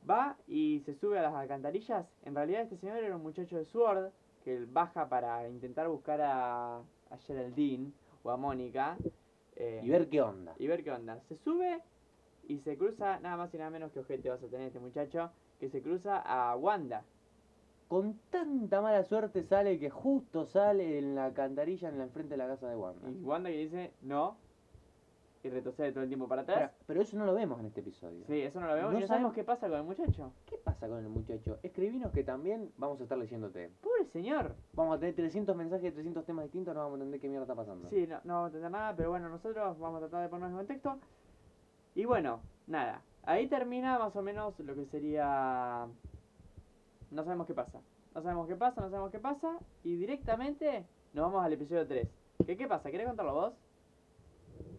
va y se sube a las alcantarillas. En realidad este señor era un muchacho de Sword que él baja para intentar buscar a, a Geraldine o a Mónica. eh, Y ver qué onda. y ver qué onda. Se sube y se cruza, nada más y nada menos que ojete vas a tener este muchacho, que se cruza a Wanda. Con tanta mala suerte sale que justo sale en la alcantarilla en la enfrente de la casa de Wanda. Y Wanda que dice no y retrocede todo el tiempo para atrás. Ahora, pero eso no lo vemos en este episodio. Sí, eso no lo vemos. No y no sabemos sabemos- qué pasa con el muchacho. ¿Qué pasa con el muchacho? Escribinos que también vamos a estar leyéndote. Pobre señor. Vamos a tener 300 mensajes, 300 temas distintos, no vamos a entender qué mierda está pasando. Sí, no, no vamos a entender nada, pero bueno, nosotros vamos a tratar de ponernos en contexto. Y bueno, nada. Ahí termina más o menos lo que sería. No sabemos qué pasa. No sabemos qué pasa, no sabemos qué pasa. Y directamente nos vamos al episodio 3. ¿Qué, qué pasa? ¿Querés contarlo vos?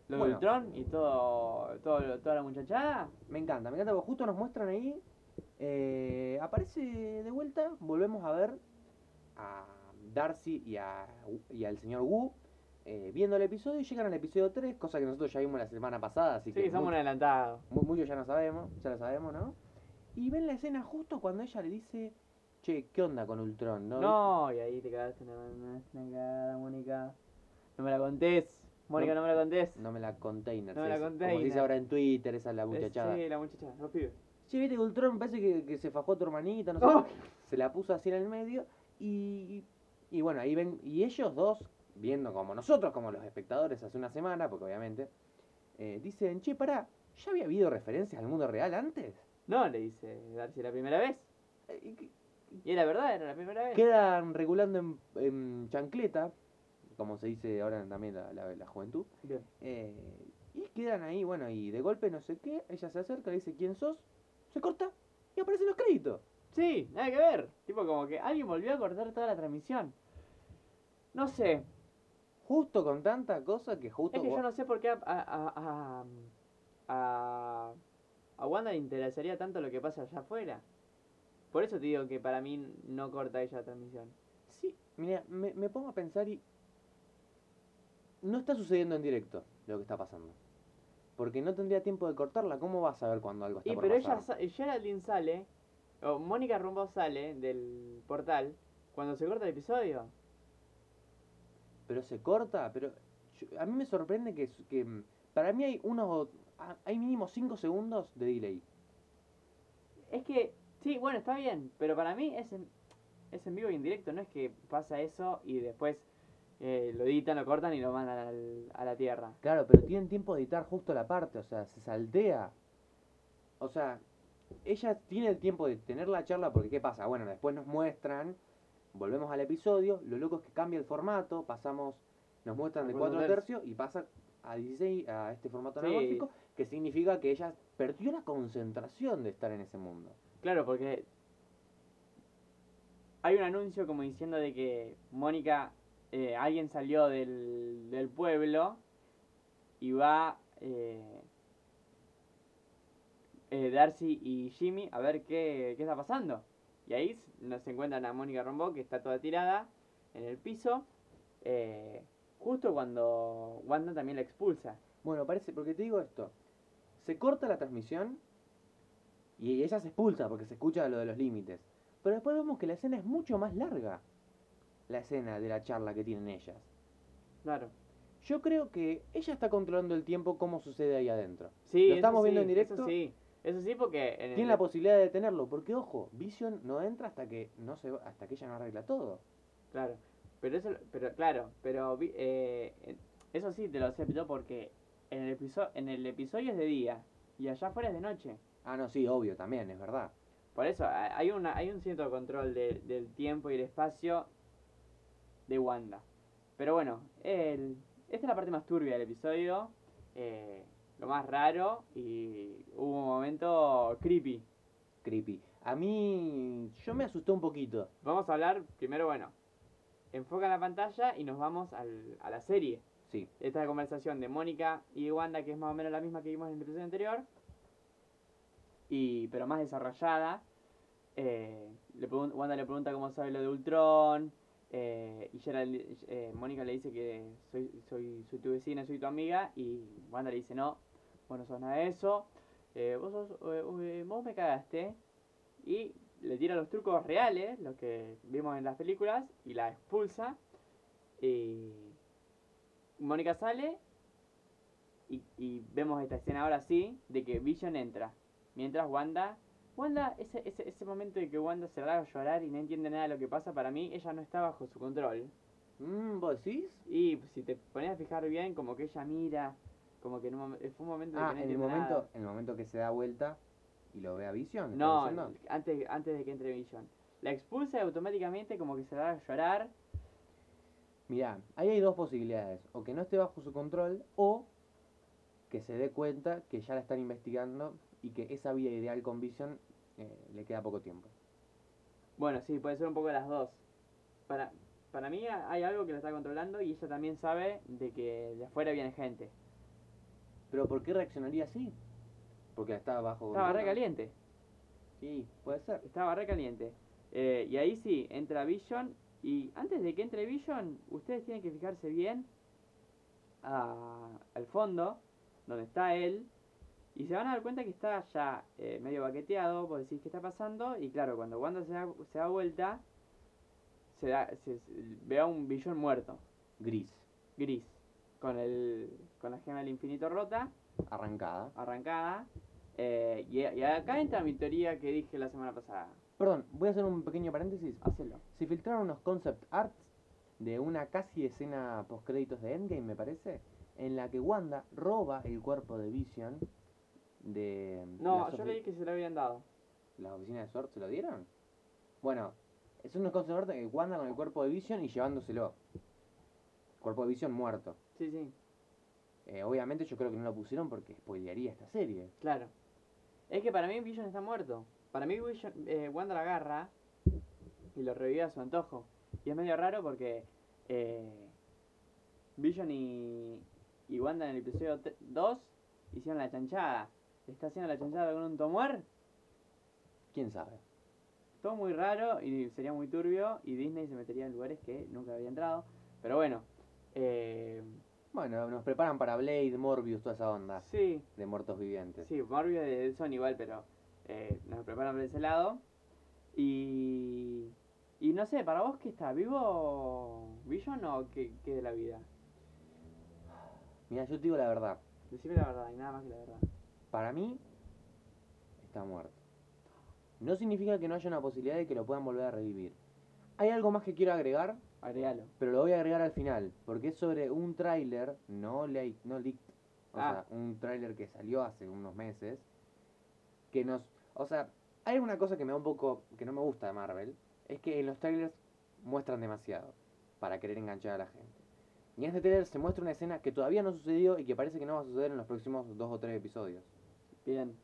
Lo Bueno. del Ultron y todo, todo, toda la muchachada. Me encanta, me encanta porque justo nos muestran ahí. eh, aparece de vuelta, volvemos a ver a Darcy y, a, y al señor Wu eh, viendo el episodio y llegan al episodio 3, cosa que nosotros ya vimos la semana pasada, así Sí, que que somos un adelantado. Mu- Mucho ya no sabemos, ya lo sabemos, ¿no? Y ven la escena justo cuando ella le dice, che, ¿qué onda con Ultron? No, No, y ahí te cagaste una, una, una cagada, Mónica. No me la contés. Mónica, no, me la contés. No me la container. No me la Como se container. dice ahora en Twitter, esa es la Es- muchachada. Sí, la muchachada, los pibes. Che, viste que Ultron parece que, que se fajó a tu hermanita, no sé. Oh. Se la puso así en el medio y, y bueno, ahí ven, y ellos dos, viendo como nosotros, como los espectadores hace una semana, porque obviamente, eh, dicen, che, pará, ¿ya había habido referencias al mundo real antes? No, le dice Darcy la primera vez. Eh, y que- Y era verdad, era la primera vez. Quedan regulando en, en chancleta, como se dice ahora también la, la- la juventud, Bien. eh, y quedan ahí, bueno, y de golpe no sé qué, ella se acerca, le dice, ¿quién sos? Se corta y aparecen los créditos. Sí, nada que ver. Tipo como que alguien volvió a cortar toda la transmisión. No sé. Justo con tanta cosa que justo... Es que vos- yo no sé por qué a, a, a, a, a, a Wanda le interesaría tanto lo que pasa allá afuera. Por eso te digo que para mí no corta ella la transmisión. Sí, mira, me, me pongo a pensar y. No está sucediendo en directo lo que está pasando. Porque no tendría tiempo de cortarla. ¿Cómo vas a ver cuando algo está Y por pero pasar? ella, sa- Geraldine sale, o Mónica Rumbo sale del portal cuando se corta el episodio. Pero se corta, pero. yo- a mí me sorprende que, su- que. mm, Para mí hay unos. a- Hay mínimo 5 segundos de delay. Es que, sí, bueno, está bien, pero para mí es en, es en vivo y en directo, no es que pasa eso y después eh, lo editan, lo cortan y lo mandan al- a la tierra. Claro, pero tienen tiempo de editar justo la parte, o sea, se saltea. O sea, ella tiene el tiempo de tener la charla porque ¿qué pasa? Bueno, después nos muestran, volvemos al episodio, lo loco es que cambia el formato, pasamos, nos muestran A de cuatro 4 tercios y pasa a 16, a este formato Sí. analógico, que significa que ella perdió la concentración de estar en ese mundo. Claro, porque hay un anuncio como diciendo de que Mónica, eh, alguien salió del, del pueblo y va eh, eh, Darcy y Jimmy a ver qué, qué está pasando. Y ahí s- no- se encuentran a Mónica Rombo que está toda tirada en el piso, eh, justo cuando Wanda también la expulsa. Bueno, parece, porque te digo esto, se corta la transmisión y ella se expulsa porque se escucha lo de los límites. Pero después vemos que la escena es mucho más larga, la escena de la charla que tienen ellas. Claro. Yo creo que ella está controlando el tiempo como sucede ahí adentro. Sí, ¿Lo eso estamos viendo sí, en directo? Eso sí, eso sí porque... en el- Tiene la posibilidad de detenerlo, porque ojo, Vision no entra hasta que no se va- hasta que ella no arregla todo. Claro, pero eso, pero claro, pero vi- eh, eh, eso sí te lo acepto porque en el episodio, en el episodio es de día y allá afuera es de noche. Ah, no, sí, obvio también, es verdad. Por eso ha- hay una, hay un cierto control de- del tiempo y el espacio de Wanda. Pero bueno, el- esta es la parte más turbia del episodio, eh, lo más raro y hubo un momento creepy. Creepy. A mí yo me asusté un poquito. Vamos a hablar primero, bueno, enfoca la pantalla y nos vamos al- a la serie. Sí. esta conversación de Mónica y Wanda, que es más o menos la misma que vimos en el episodio anterior, y, pero más desarrollada. Eh, le pregun- Wanda le pregunta cómo sabe lo de Ultron, eh, y Gerald, eh, Mónica le dice que soy, soy, soy tu vecina, soy tu amiga, y Wanda le dice, no, vos no sos nada de eso, eh, vos, sos, eh, eh, vos me cagaste, y le tira los trucos reales, los que vimos en las películas, y la expulsa, y Mónica sale, y, y vemos esta escena ahora sí, de que Vision entra, mientras Wanda Wanda, ese, ese, ese momento de que Wanda se larga a llorar y no entiende nada de lo que pasa, para mí ella no está bajo su control. Mm, ¿Vos decís? Y si te pones a fijar bien, como que ella mira, como que en un, mom- fue un momento de Ah, que no en el, entiende momento, nada. en el momento que se da vuelta y lo ve a Vision. ¿estás No, diciendo? antes, antes de que entre Vision. La expulsa y automáticamente como que se larga a llorar. Mirá, ahí hay dos posibilidades. O que no esté bajo su control o que se dé cuenta que ya la están investigando y que esa vida ideal con Vision eh, le queda poco tiempo. Bueno, sí, puede ser un poco las dos. Para, para mí a- hay algo que la está controlando y ella también sabe de que de afuera viene gente. ¿Pero por qué reaccionaría así? Porque estaba bajo Estaba re control. caliente. Sí, puede ser. Estaba re caliente. Eh, y ahí sí, entra Vision. Y antes de que entre Vision, ustedes tienen que fijarse bien a- al fondo, donde está él. Y se van a dar cuenta que está ya eh, medio baqueteado. Vos decís, ¿qué está pasando? Y claro, cuando Wanda se da, se da vuelta, se, da, se- se- ve a un Vision muerto, Gris, gris, con, el, con la gema del infinito rota arrancada. arrancada. Eh, y, y acá entra mi teoría que dije la semana pasada. Perdón, voy a hacer un pequeño paréntesis. Hacelo. Se filtraron unos concept arts de una casi escena post créditos de Endgame, me parece, en la que Wanda roba el cuerpo de Vision de No, las yo ofi- leí que se lo habían dado. las oficinas de Sword se lo dieron. Bueno, es unos concept art que Wanda con el cuerpo de Vision y llevándoselo. Cuerpo de Vision muerto. Sí, sí, Eh, obviamente yo creo que no lo pusieron porque spoilearía esta serie. claro. Es que para mí Vision está muerto. Para mí Vision, eh, Wanda la agarra y lo revive a su antojo. Y es medio raro porque eh, Vision y, y Wanda en el episodio 2 hicieron la chanchada. Está haciendo la chanchada con un tomar. ¿Quién sabe? Todo muy raro y sería muy turbio y Disney se metería en lugares que nunca había entrado. Pero bueno. eh, Bueno, nos preparan para Blade, Morbius, toda esa onda sí, de muertos vivientes. Sí, Morbius de son igual, pero eh, nos preparan por ese lado. Y. Y no sé, para vos que está, ¿vivo Vision o qué, qué de la vida? Mira, yo te digo la verdad. Decime la verdad y nada más que la verdad. Para mí, está muerto. No significa que no haya una posibilidad de que lo puedan volver a revivir. Hay algo más que quiero agregar, Agregalo. pero lo voy a agregar al final, porque es sobre un tráiler, no late, no leaked, o Ah. sea, un tráiler que salió hace unos meses, que nos, o sea, hay una cosa que me da un poco, que no me gusta de Marvel, es que en los trailers muestran demasiado para querer enganchar a la gente. Y en este tráiler se muestra una escena que todavía no sucedió y que parece que no va a suceder en los próximos dos o tres episodios. Bien.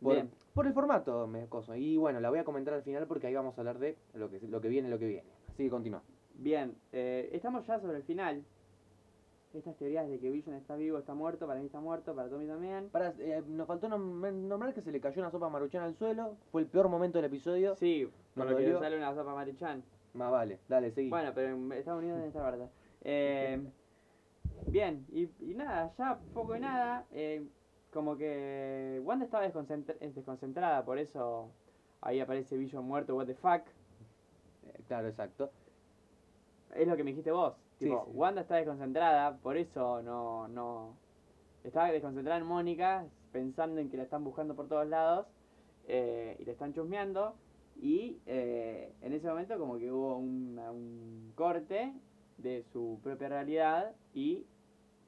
Por, Bien. por el formato, me coso. Y bueno, la voy a comentar al final porque ahí vamos a hablar de lo que, lo que viene, lo que viene. Así que continúa. Bien. eh, estamos ya sobre el final. Estas teorías de que Vision está vivo, está muerto, para mí está muerto, para Tommy también. Pará, eh, nos faltó nom- nombrar que se le cayó una sopa maruchana al suelo. Fue el peor momento del episodio. Sí, por lo que dolió. le sale una sopa a Maruchan. Más vale, dale, seguí. Bueno, pero en Estados Unidos deben estar baratas. Eh, bien, y, y nada, ya poco y nada. eh, como que Wanda estaba desconcentra- eh, desconcentrada, por eso ahí aparece Vision muerto, what the fuck. Eh, claro, exacto. Es lo que me dijiste vos. Sí, Tipo, sí. Wanda está desconcentrada, por eso no, no. Estaba desconcentrada en Mónica, pensando en que la están buscando por todos lados eh, y la están chusmeando. Y eh, en ese momento, como que hubo una- un corte de su propia realidad y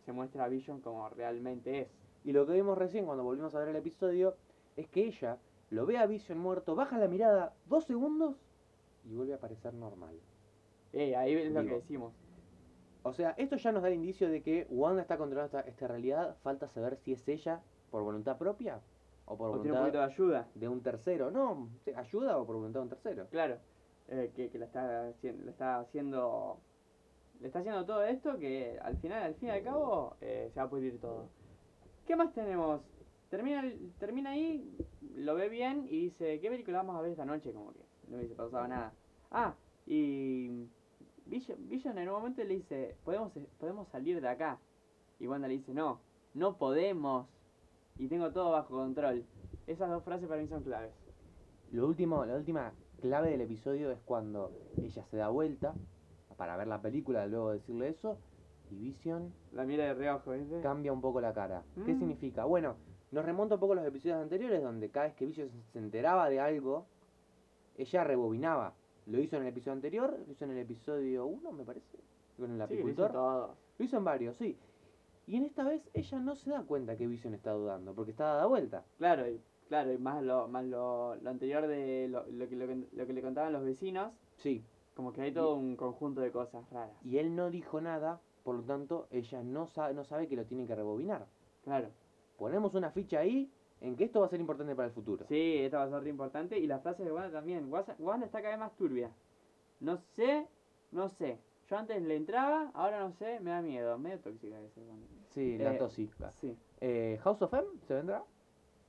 se muestra a Vision como realmente es. Y lo que vimos recién cuando volvimos a ver el episodio es que ella lo ve a Vision muerto, baja la mirada dos segundos y vuelve a parecer normal. Eh, ahí es lo que Vivo. decimos. O sea, esto ya nos da el indicio de que Wanda está controlando esta, esta realidad. Falta saber si es ella por voluntad propia o por O tiene un voluntad poquito de ayuda. de un tercero. No, te- ayuda o por voluntad de un tercero. Claro, eh, que, que la está haciendo, la está haciendo, le está haciendo todo esto que al final, al fin y al cabo, eh, se va a pudrir todo. ¿Qué más tenemos? Termina, el- termina ahí, lo ve bien y dice, ¿qué película vamos a ver esta noche? Como que no hubiese pasado nada. Ah, y Vision, Vision en un momento le dice, podemos, podemos salir de acá. Y Wanda le dice, no, no podemos. Y tengo todo bajo control. Esas dos frases para mí son claves. Lo último, la última clave del episodio es cuando ella se da vuelta para ver la película, luego decirle eso, y Vision La mira de reojo, ¿viste? cambia un poco la cara. ¿Qué Mm. significa? Bueno, nos remonta un poco a los episodios anteriores donde cada vez que Vision se enteraba de algo, ella rebobinaba. Lo hizo en el episodio anterior, lo hizo en el episodio 1, me parece, con el Sí, le hizo apicultor. todo. Lo hizo en varios, sí. Y en esta vez ella no se da cuenta que Vision está dudando, porque está dada vuelta. Claro, y, claro, y más lo, más lo, lo anterior de lo, lo que, lo, que, lo que le contaban los vecinos, Sí. como que hay todo un conjunto de cosas raras. Y él no dijo nada, por lo tanto, ella no sabe, no sabe que lo tiene que rebobinar. Claro. Ponemos una ficha ahí en que esto va a ser importante para el futuro. Sí, esta va a ser re importante. Y las frases de Wanda también. Wasa- Wanda está cada vez más turbia. No sé, no sé. Yo antes le entraba, ahora no sé, me da miedo. Medio tóxica ese Wanda. Sí, la Eh, tóxica. Sí. Eh, House of M, ¿se vendrá?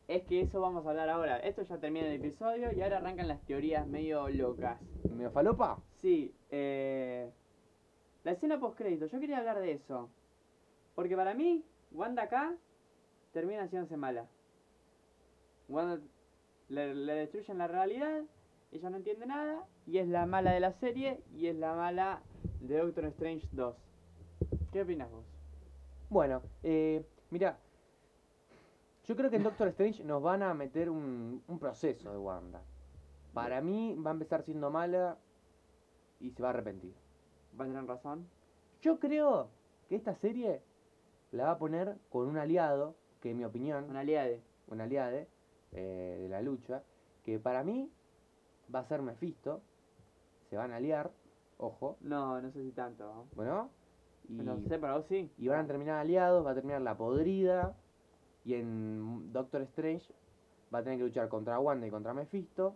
Es que eso vamos a hablar ahora. Esto ya termina el episodio y ahora arrancan las teorías medio locas. ¿Medio falopa? Sí, eh, la escena postcrédito, yo quería hablar de eso. Porque para mí, Wanda acá termina haciéndose mala. Wanda le, le destruyen la realidad, ella no entiende nada, y es la mala de la serie, y es la mala de Doctor Strange 2. ¿Qué opinas vos? Bueno, eh, mira, yo creo que en Doctor Strange nos van a meter un, un proceso de Wanda. Para mí va a empezar siendo mala y se va a arrepentir. ¿Va a tener razón? Yo creo que esta serie la va a poner con un aliado, que en mi opinión, Una aliade. un aliado de la lucha, que para mí va a ser Mephisto. Se van a aliar, ojo, No, no sé si tanto. ¿no? bueno, y, Pero sé, para vos sí. y van a terminar aliados, va a terminar la podrida, y en Doctor Strange va a tener que luchar contra Wanda y contra Mephisto.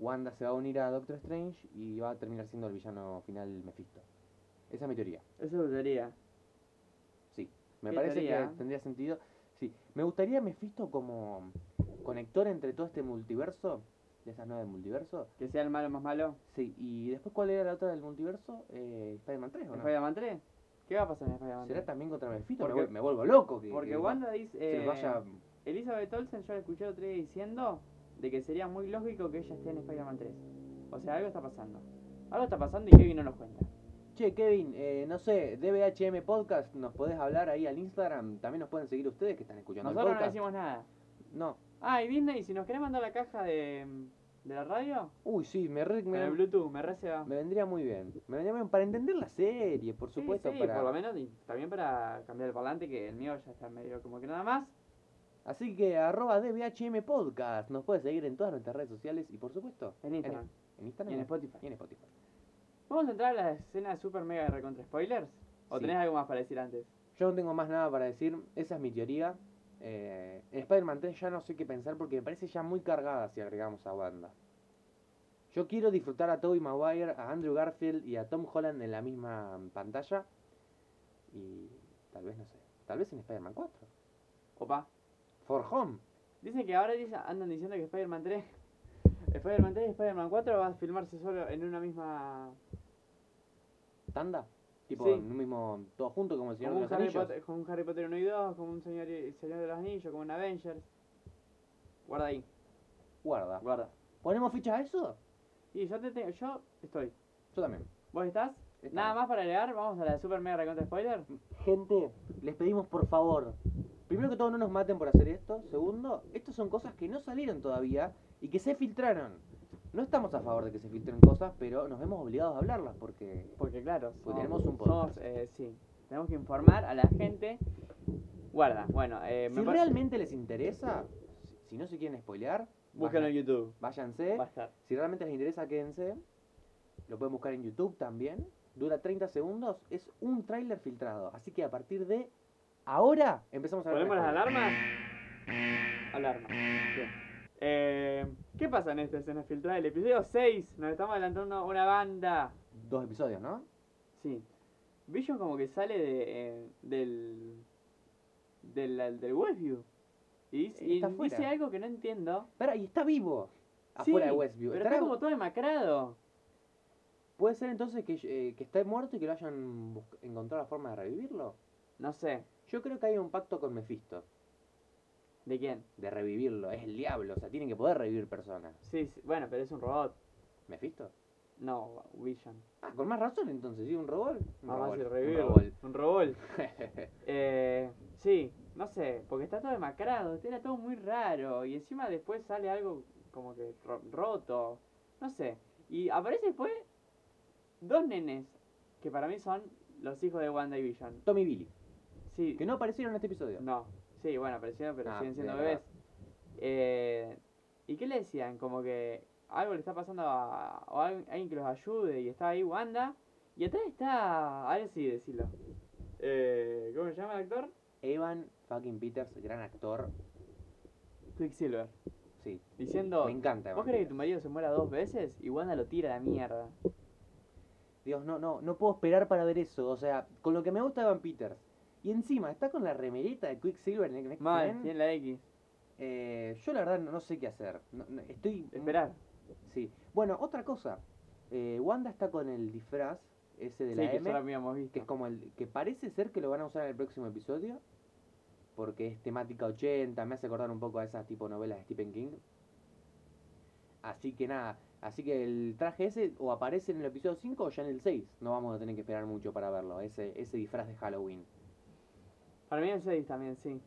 Wanda se va a unir a Doctor Strange y va a terminar siendo el villano final Mephisto. Esa es mi teoría. Eso es tu teoría. Sí, me ¿Qué parece teoría? que tendría sentido. Sí, me gustaría Mephisto como conector entre todo este multiverso, de esas nuevas del multiverso. Que sea el malo más malo. Sí, y después, ¿cuál era la otra del multiverso? Eh, Spider-Man 3, ¿o no? ¿Spider-Man 3? ¿Qué va a pasar en Spider-Man 3? ¿Será también contra Mephisto? Me Porque- vuel- me vuelvo loco. Que, Porque que Wanda dice. se eh, vaya. Elizabeth Olsen, yo la escuché otro día diciendo de que sería muy lógico que ella esté en Spider-Man 3. O sea, algo está pasando. Algo está pasando y Kevin no nos cuenta. Che, Kevin, eh, no sé, DBHM Podcast, ¿nos podés hablar ahí al Instagram? También nos pueden seguir ustedes que están escuchando Nosotros el no podcast. decimos nada. No. Ah, y Disney, si nos querés mandar la caja de, de la radio, Uy, sí, me, re- con me, el Bluetooth, me reciba. me vendría muy bien. Me vendría muy bien para entender la serie, por supuesto. sí, para... por lo menos y también para cambiar el parlante, que el mío ya está medio como que nada más. Así que arroba DBHM Podcast. Nos puedes seguir en todas nuestras redes sociales y por supuesto En Instagram en Instagram y en Spotify. y en Spotify. Vamos a entrar a la escena super mega de recontra spoilers. ¿O Sí. tenés algo más para decir antes? Yo no tengo más nada para decir. Esa es mi teoría. Eh, en Spider-Man 3 ya no sé qué pensar porque me parece ya muy cargada si agregamos a Wanda. Yo quiero disfrutar a Tobey Maguire, a Andrew Garfield y a Tom Holland en la misma pantalla. Y tal vez, no sé, tal vez en Spider-Man 4. Opa. For Home. Dicen que ahora dice- andan diciendo que Spider-Man 3, Spider-Man 3 y Spider-Man 4 va a filmarse solo en una misma. ¿Tanda? Tipo, Sí. en un mismo, todo junto como el Señor Como de un, los Harry Anillos. Potter, como un Harry Potter 1 y 2, como un Señor, y- Señor de los Anillos, como un Avengers. Guarda ahí, Guarda. guarda. ¿Ponemos ficha a eso? Y yo te tengo- yo estoy. Yo también. ¿Vos estás? Nada más para agregar, vamos a la super mega recontra spoiler. Gente, les pedimos por favor, primero que todo no nos maten por hacer esto, segundo, estas son cosas que no salieron todavía y que se filtraron. No estamos a favor de que se filtren cosas, pero nos vemos obligados a hablarlas porque Porque claro, Pues somos- tenemos un somos, eh, sí, tenemos que informar a la gente. Guarda, bueno, eh, si pare- realmente les interesa, si no se quieren spoilear, búsquenlo en vayan- YouTube. váyanse. Va a estar. Si realmente les interesa, quédense. Lo pueden buscar en YouTube también. Dura 30 segundos, es un tráiler filtrado, así que a partir de ahora empezamos a hablar de ¿Ponemos las spoilers. alarmas? Alarma. Bien. Eh, ¿Qué pasa en esta escena filtrada del episodio 6? Nos estamos adelantando una banda. Dos episodios, ¿no? Sí. Vision como que sale de, eh, del, del. del Westview. Y, dice- y Eh, Está afuera. dice algo que no entiendo. Pará, y está vivo. Sí, Afuera de Westview. Pero Estará- está como todo demacrado. ¿Puede ser entonces que, eh, que esté muerto y que lo hayan busc- encontrado la forma de revivirlo? No sé. Yo creo que hay un pacto con Mephisto ¿De quién? de revivirlo. Es el diablo, o sea, tienen que poder revivir personas. Sí, sí, bueno, pero es un robot. ¿Mephisto? No, Vision. Ah, con más razón entonces, ¿sí? ¿Un robot? Un Más robot, fácil un Ah, revivirlo. robot. Un robot. Eh, sí, no sé, porque está todo demacrado, era todo muy raro y encima después sale algo como que ro- roto, no sé. Y aparece después dos nenes que para mí son los hijos de WandaVision. Tommy Billy, Sí, que no aparecieron en este episodio. no, sí, bueno, aparecieron, pero Ah, siguen siendo de bebés. verdad. Eh, ¿Y qué le decían? Como que algo le está pasando a, o alguien, alguien que los ayude y está ahí Wanda. Y atrás está, a ver si decirlo. Eh, ¿Cómo se llama el actor? Evan fucking Peters, gran actor. Quicksilver. Sí, Diciendo, me encanta. ¿vos Evan crees que tu Peters. marido se muera dos veces? Y Wanda lo tira a la mierda. Dios, no, no, no puedo esperar para ver eso. O sea, con lo que me gusta de Van Peters. Y encima, está con la remerita de Quicksilver en el Next Mal, Men. tiene la X. Eh, yo la verdad no, no sé qué hacer. No- no, estoy... Esperar. Sí. Bueno, otra cosa. Eh, Wanda está con el disfraz ese de Sí, la que M. ya lo habíamos visto. que es como el que parece ser que lo van a usar en el próximo episodio porque es temática 80, me hace acordar un poco a esas tipo novelas de Stephen King. Así que nada, así que el traje ese o aparece en el episodio 5 o ya en el 6. No vamos a tener que esperar mucho para verlo, ese ese disfraz de Halloween. Para mí el 6 también, sí.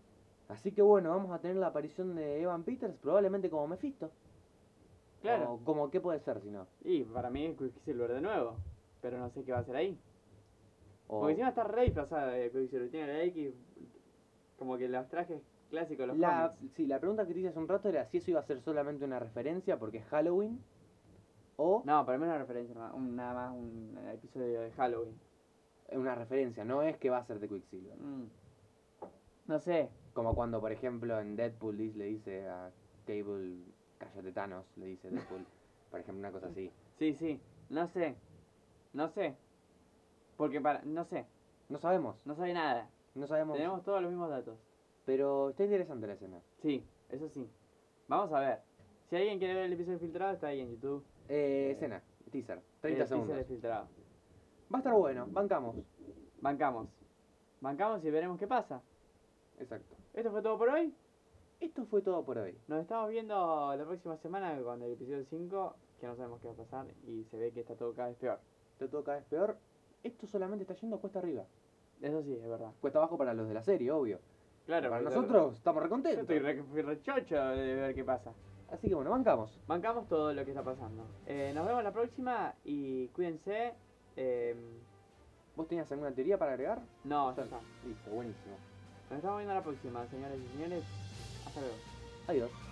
Así que bueno, vamos a tener la aparición de Evan Peters probablemente como Mephisto. Claro. O como qué puede ser si no. Y para mí es Quicksilver de nuevo. Pero no sé qué va a hacer ahí. O Porque encima está re disfrazada de Quicksilver. Tiene la X. Como que los trajes clásicos, los la, cómics. sí, la pregunta que te hice hace un rato era si eso iba a ser solamente una referencia porque es Halloween o No, para mí es una referencia, nada un- nada más un episodio de Halloween. Es una referencia, no es que va a ser de Quicksilver. Mm. No sé, Como cuando, por ejemplo, en Deadpool dis- le dice a Cable, cállate Thanos, le dice Deadpool. por ejemplo, una cosa así. Sí, sí, no sé. No sé. Porque para. No sé, No sabemos, no sabe nada. no sabemos. Tenemos todos los mismos datos. Pero está interesante la escena. Sí, eso sí. Vamos a ver. Si alguien quiere ver el episodio filtrado, está ahí en YouTube. Eh, escena, teaser, 30 El teaser segundos. es filtrado. Va a estar bueno, bancamos. Bancamos. Bancamos y veremos qué pasa. Exacto. Esto fue todo por hoy. Esto fue todo por hoy. Nos estamos viendo la próxima semana con el episodio 5, que no sabemos qué va a pasar y se ve que está todo cada vez peor. Está todo cada vez peor. Esto solamente está yendo cuesta arriba. Eso sí, es verdad. Cuesta abajo para los de la serie, obvio. Claro, para porque- nosotros estamos Yo recontentos. estoy re- fui rechocho de ver qué pasa. Así que bueno, bancamos. bancamos todo lo que está pasando. Eh, nos vemos la próxima y cuídense. Eh, ¿Vos tenías alguna teoría para agregar? no, ya está. Listo, buenísimo. Nos estamos viendo la próxima, señores y señores. Hasta luego. Adiós.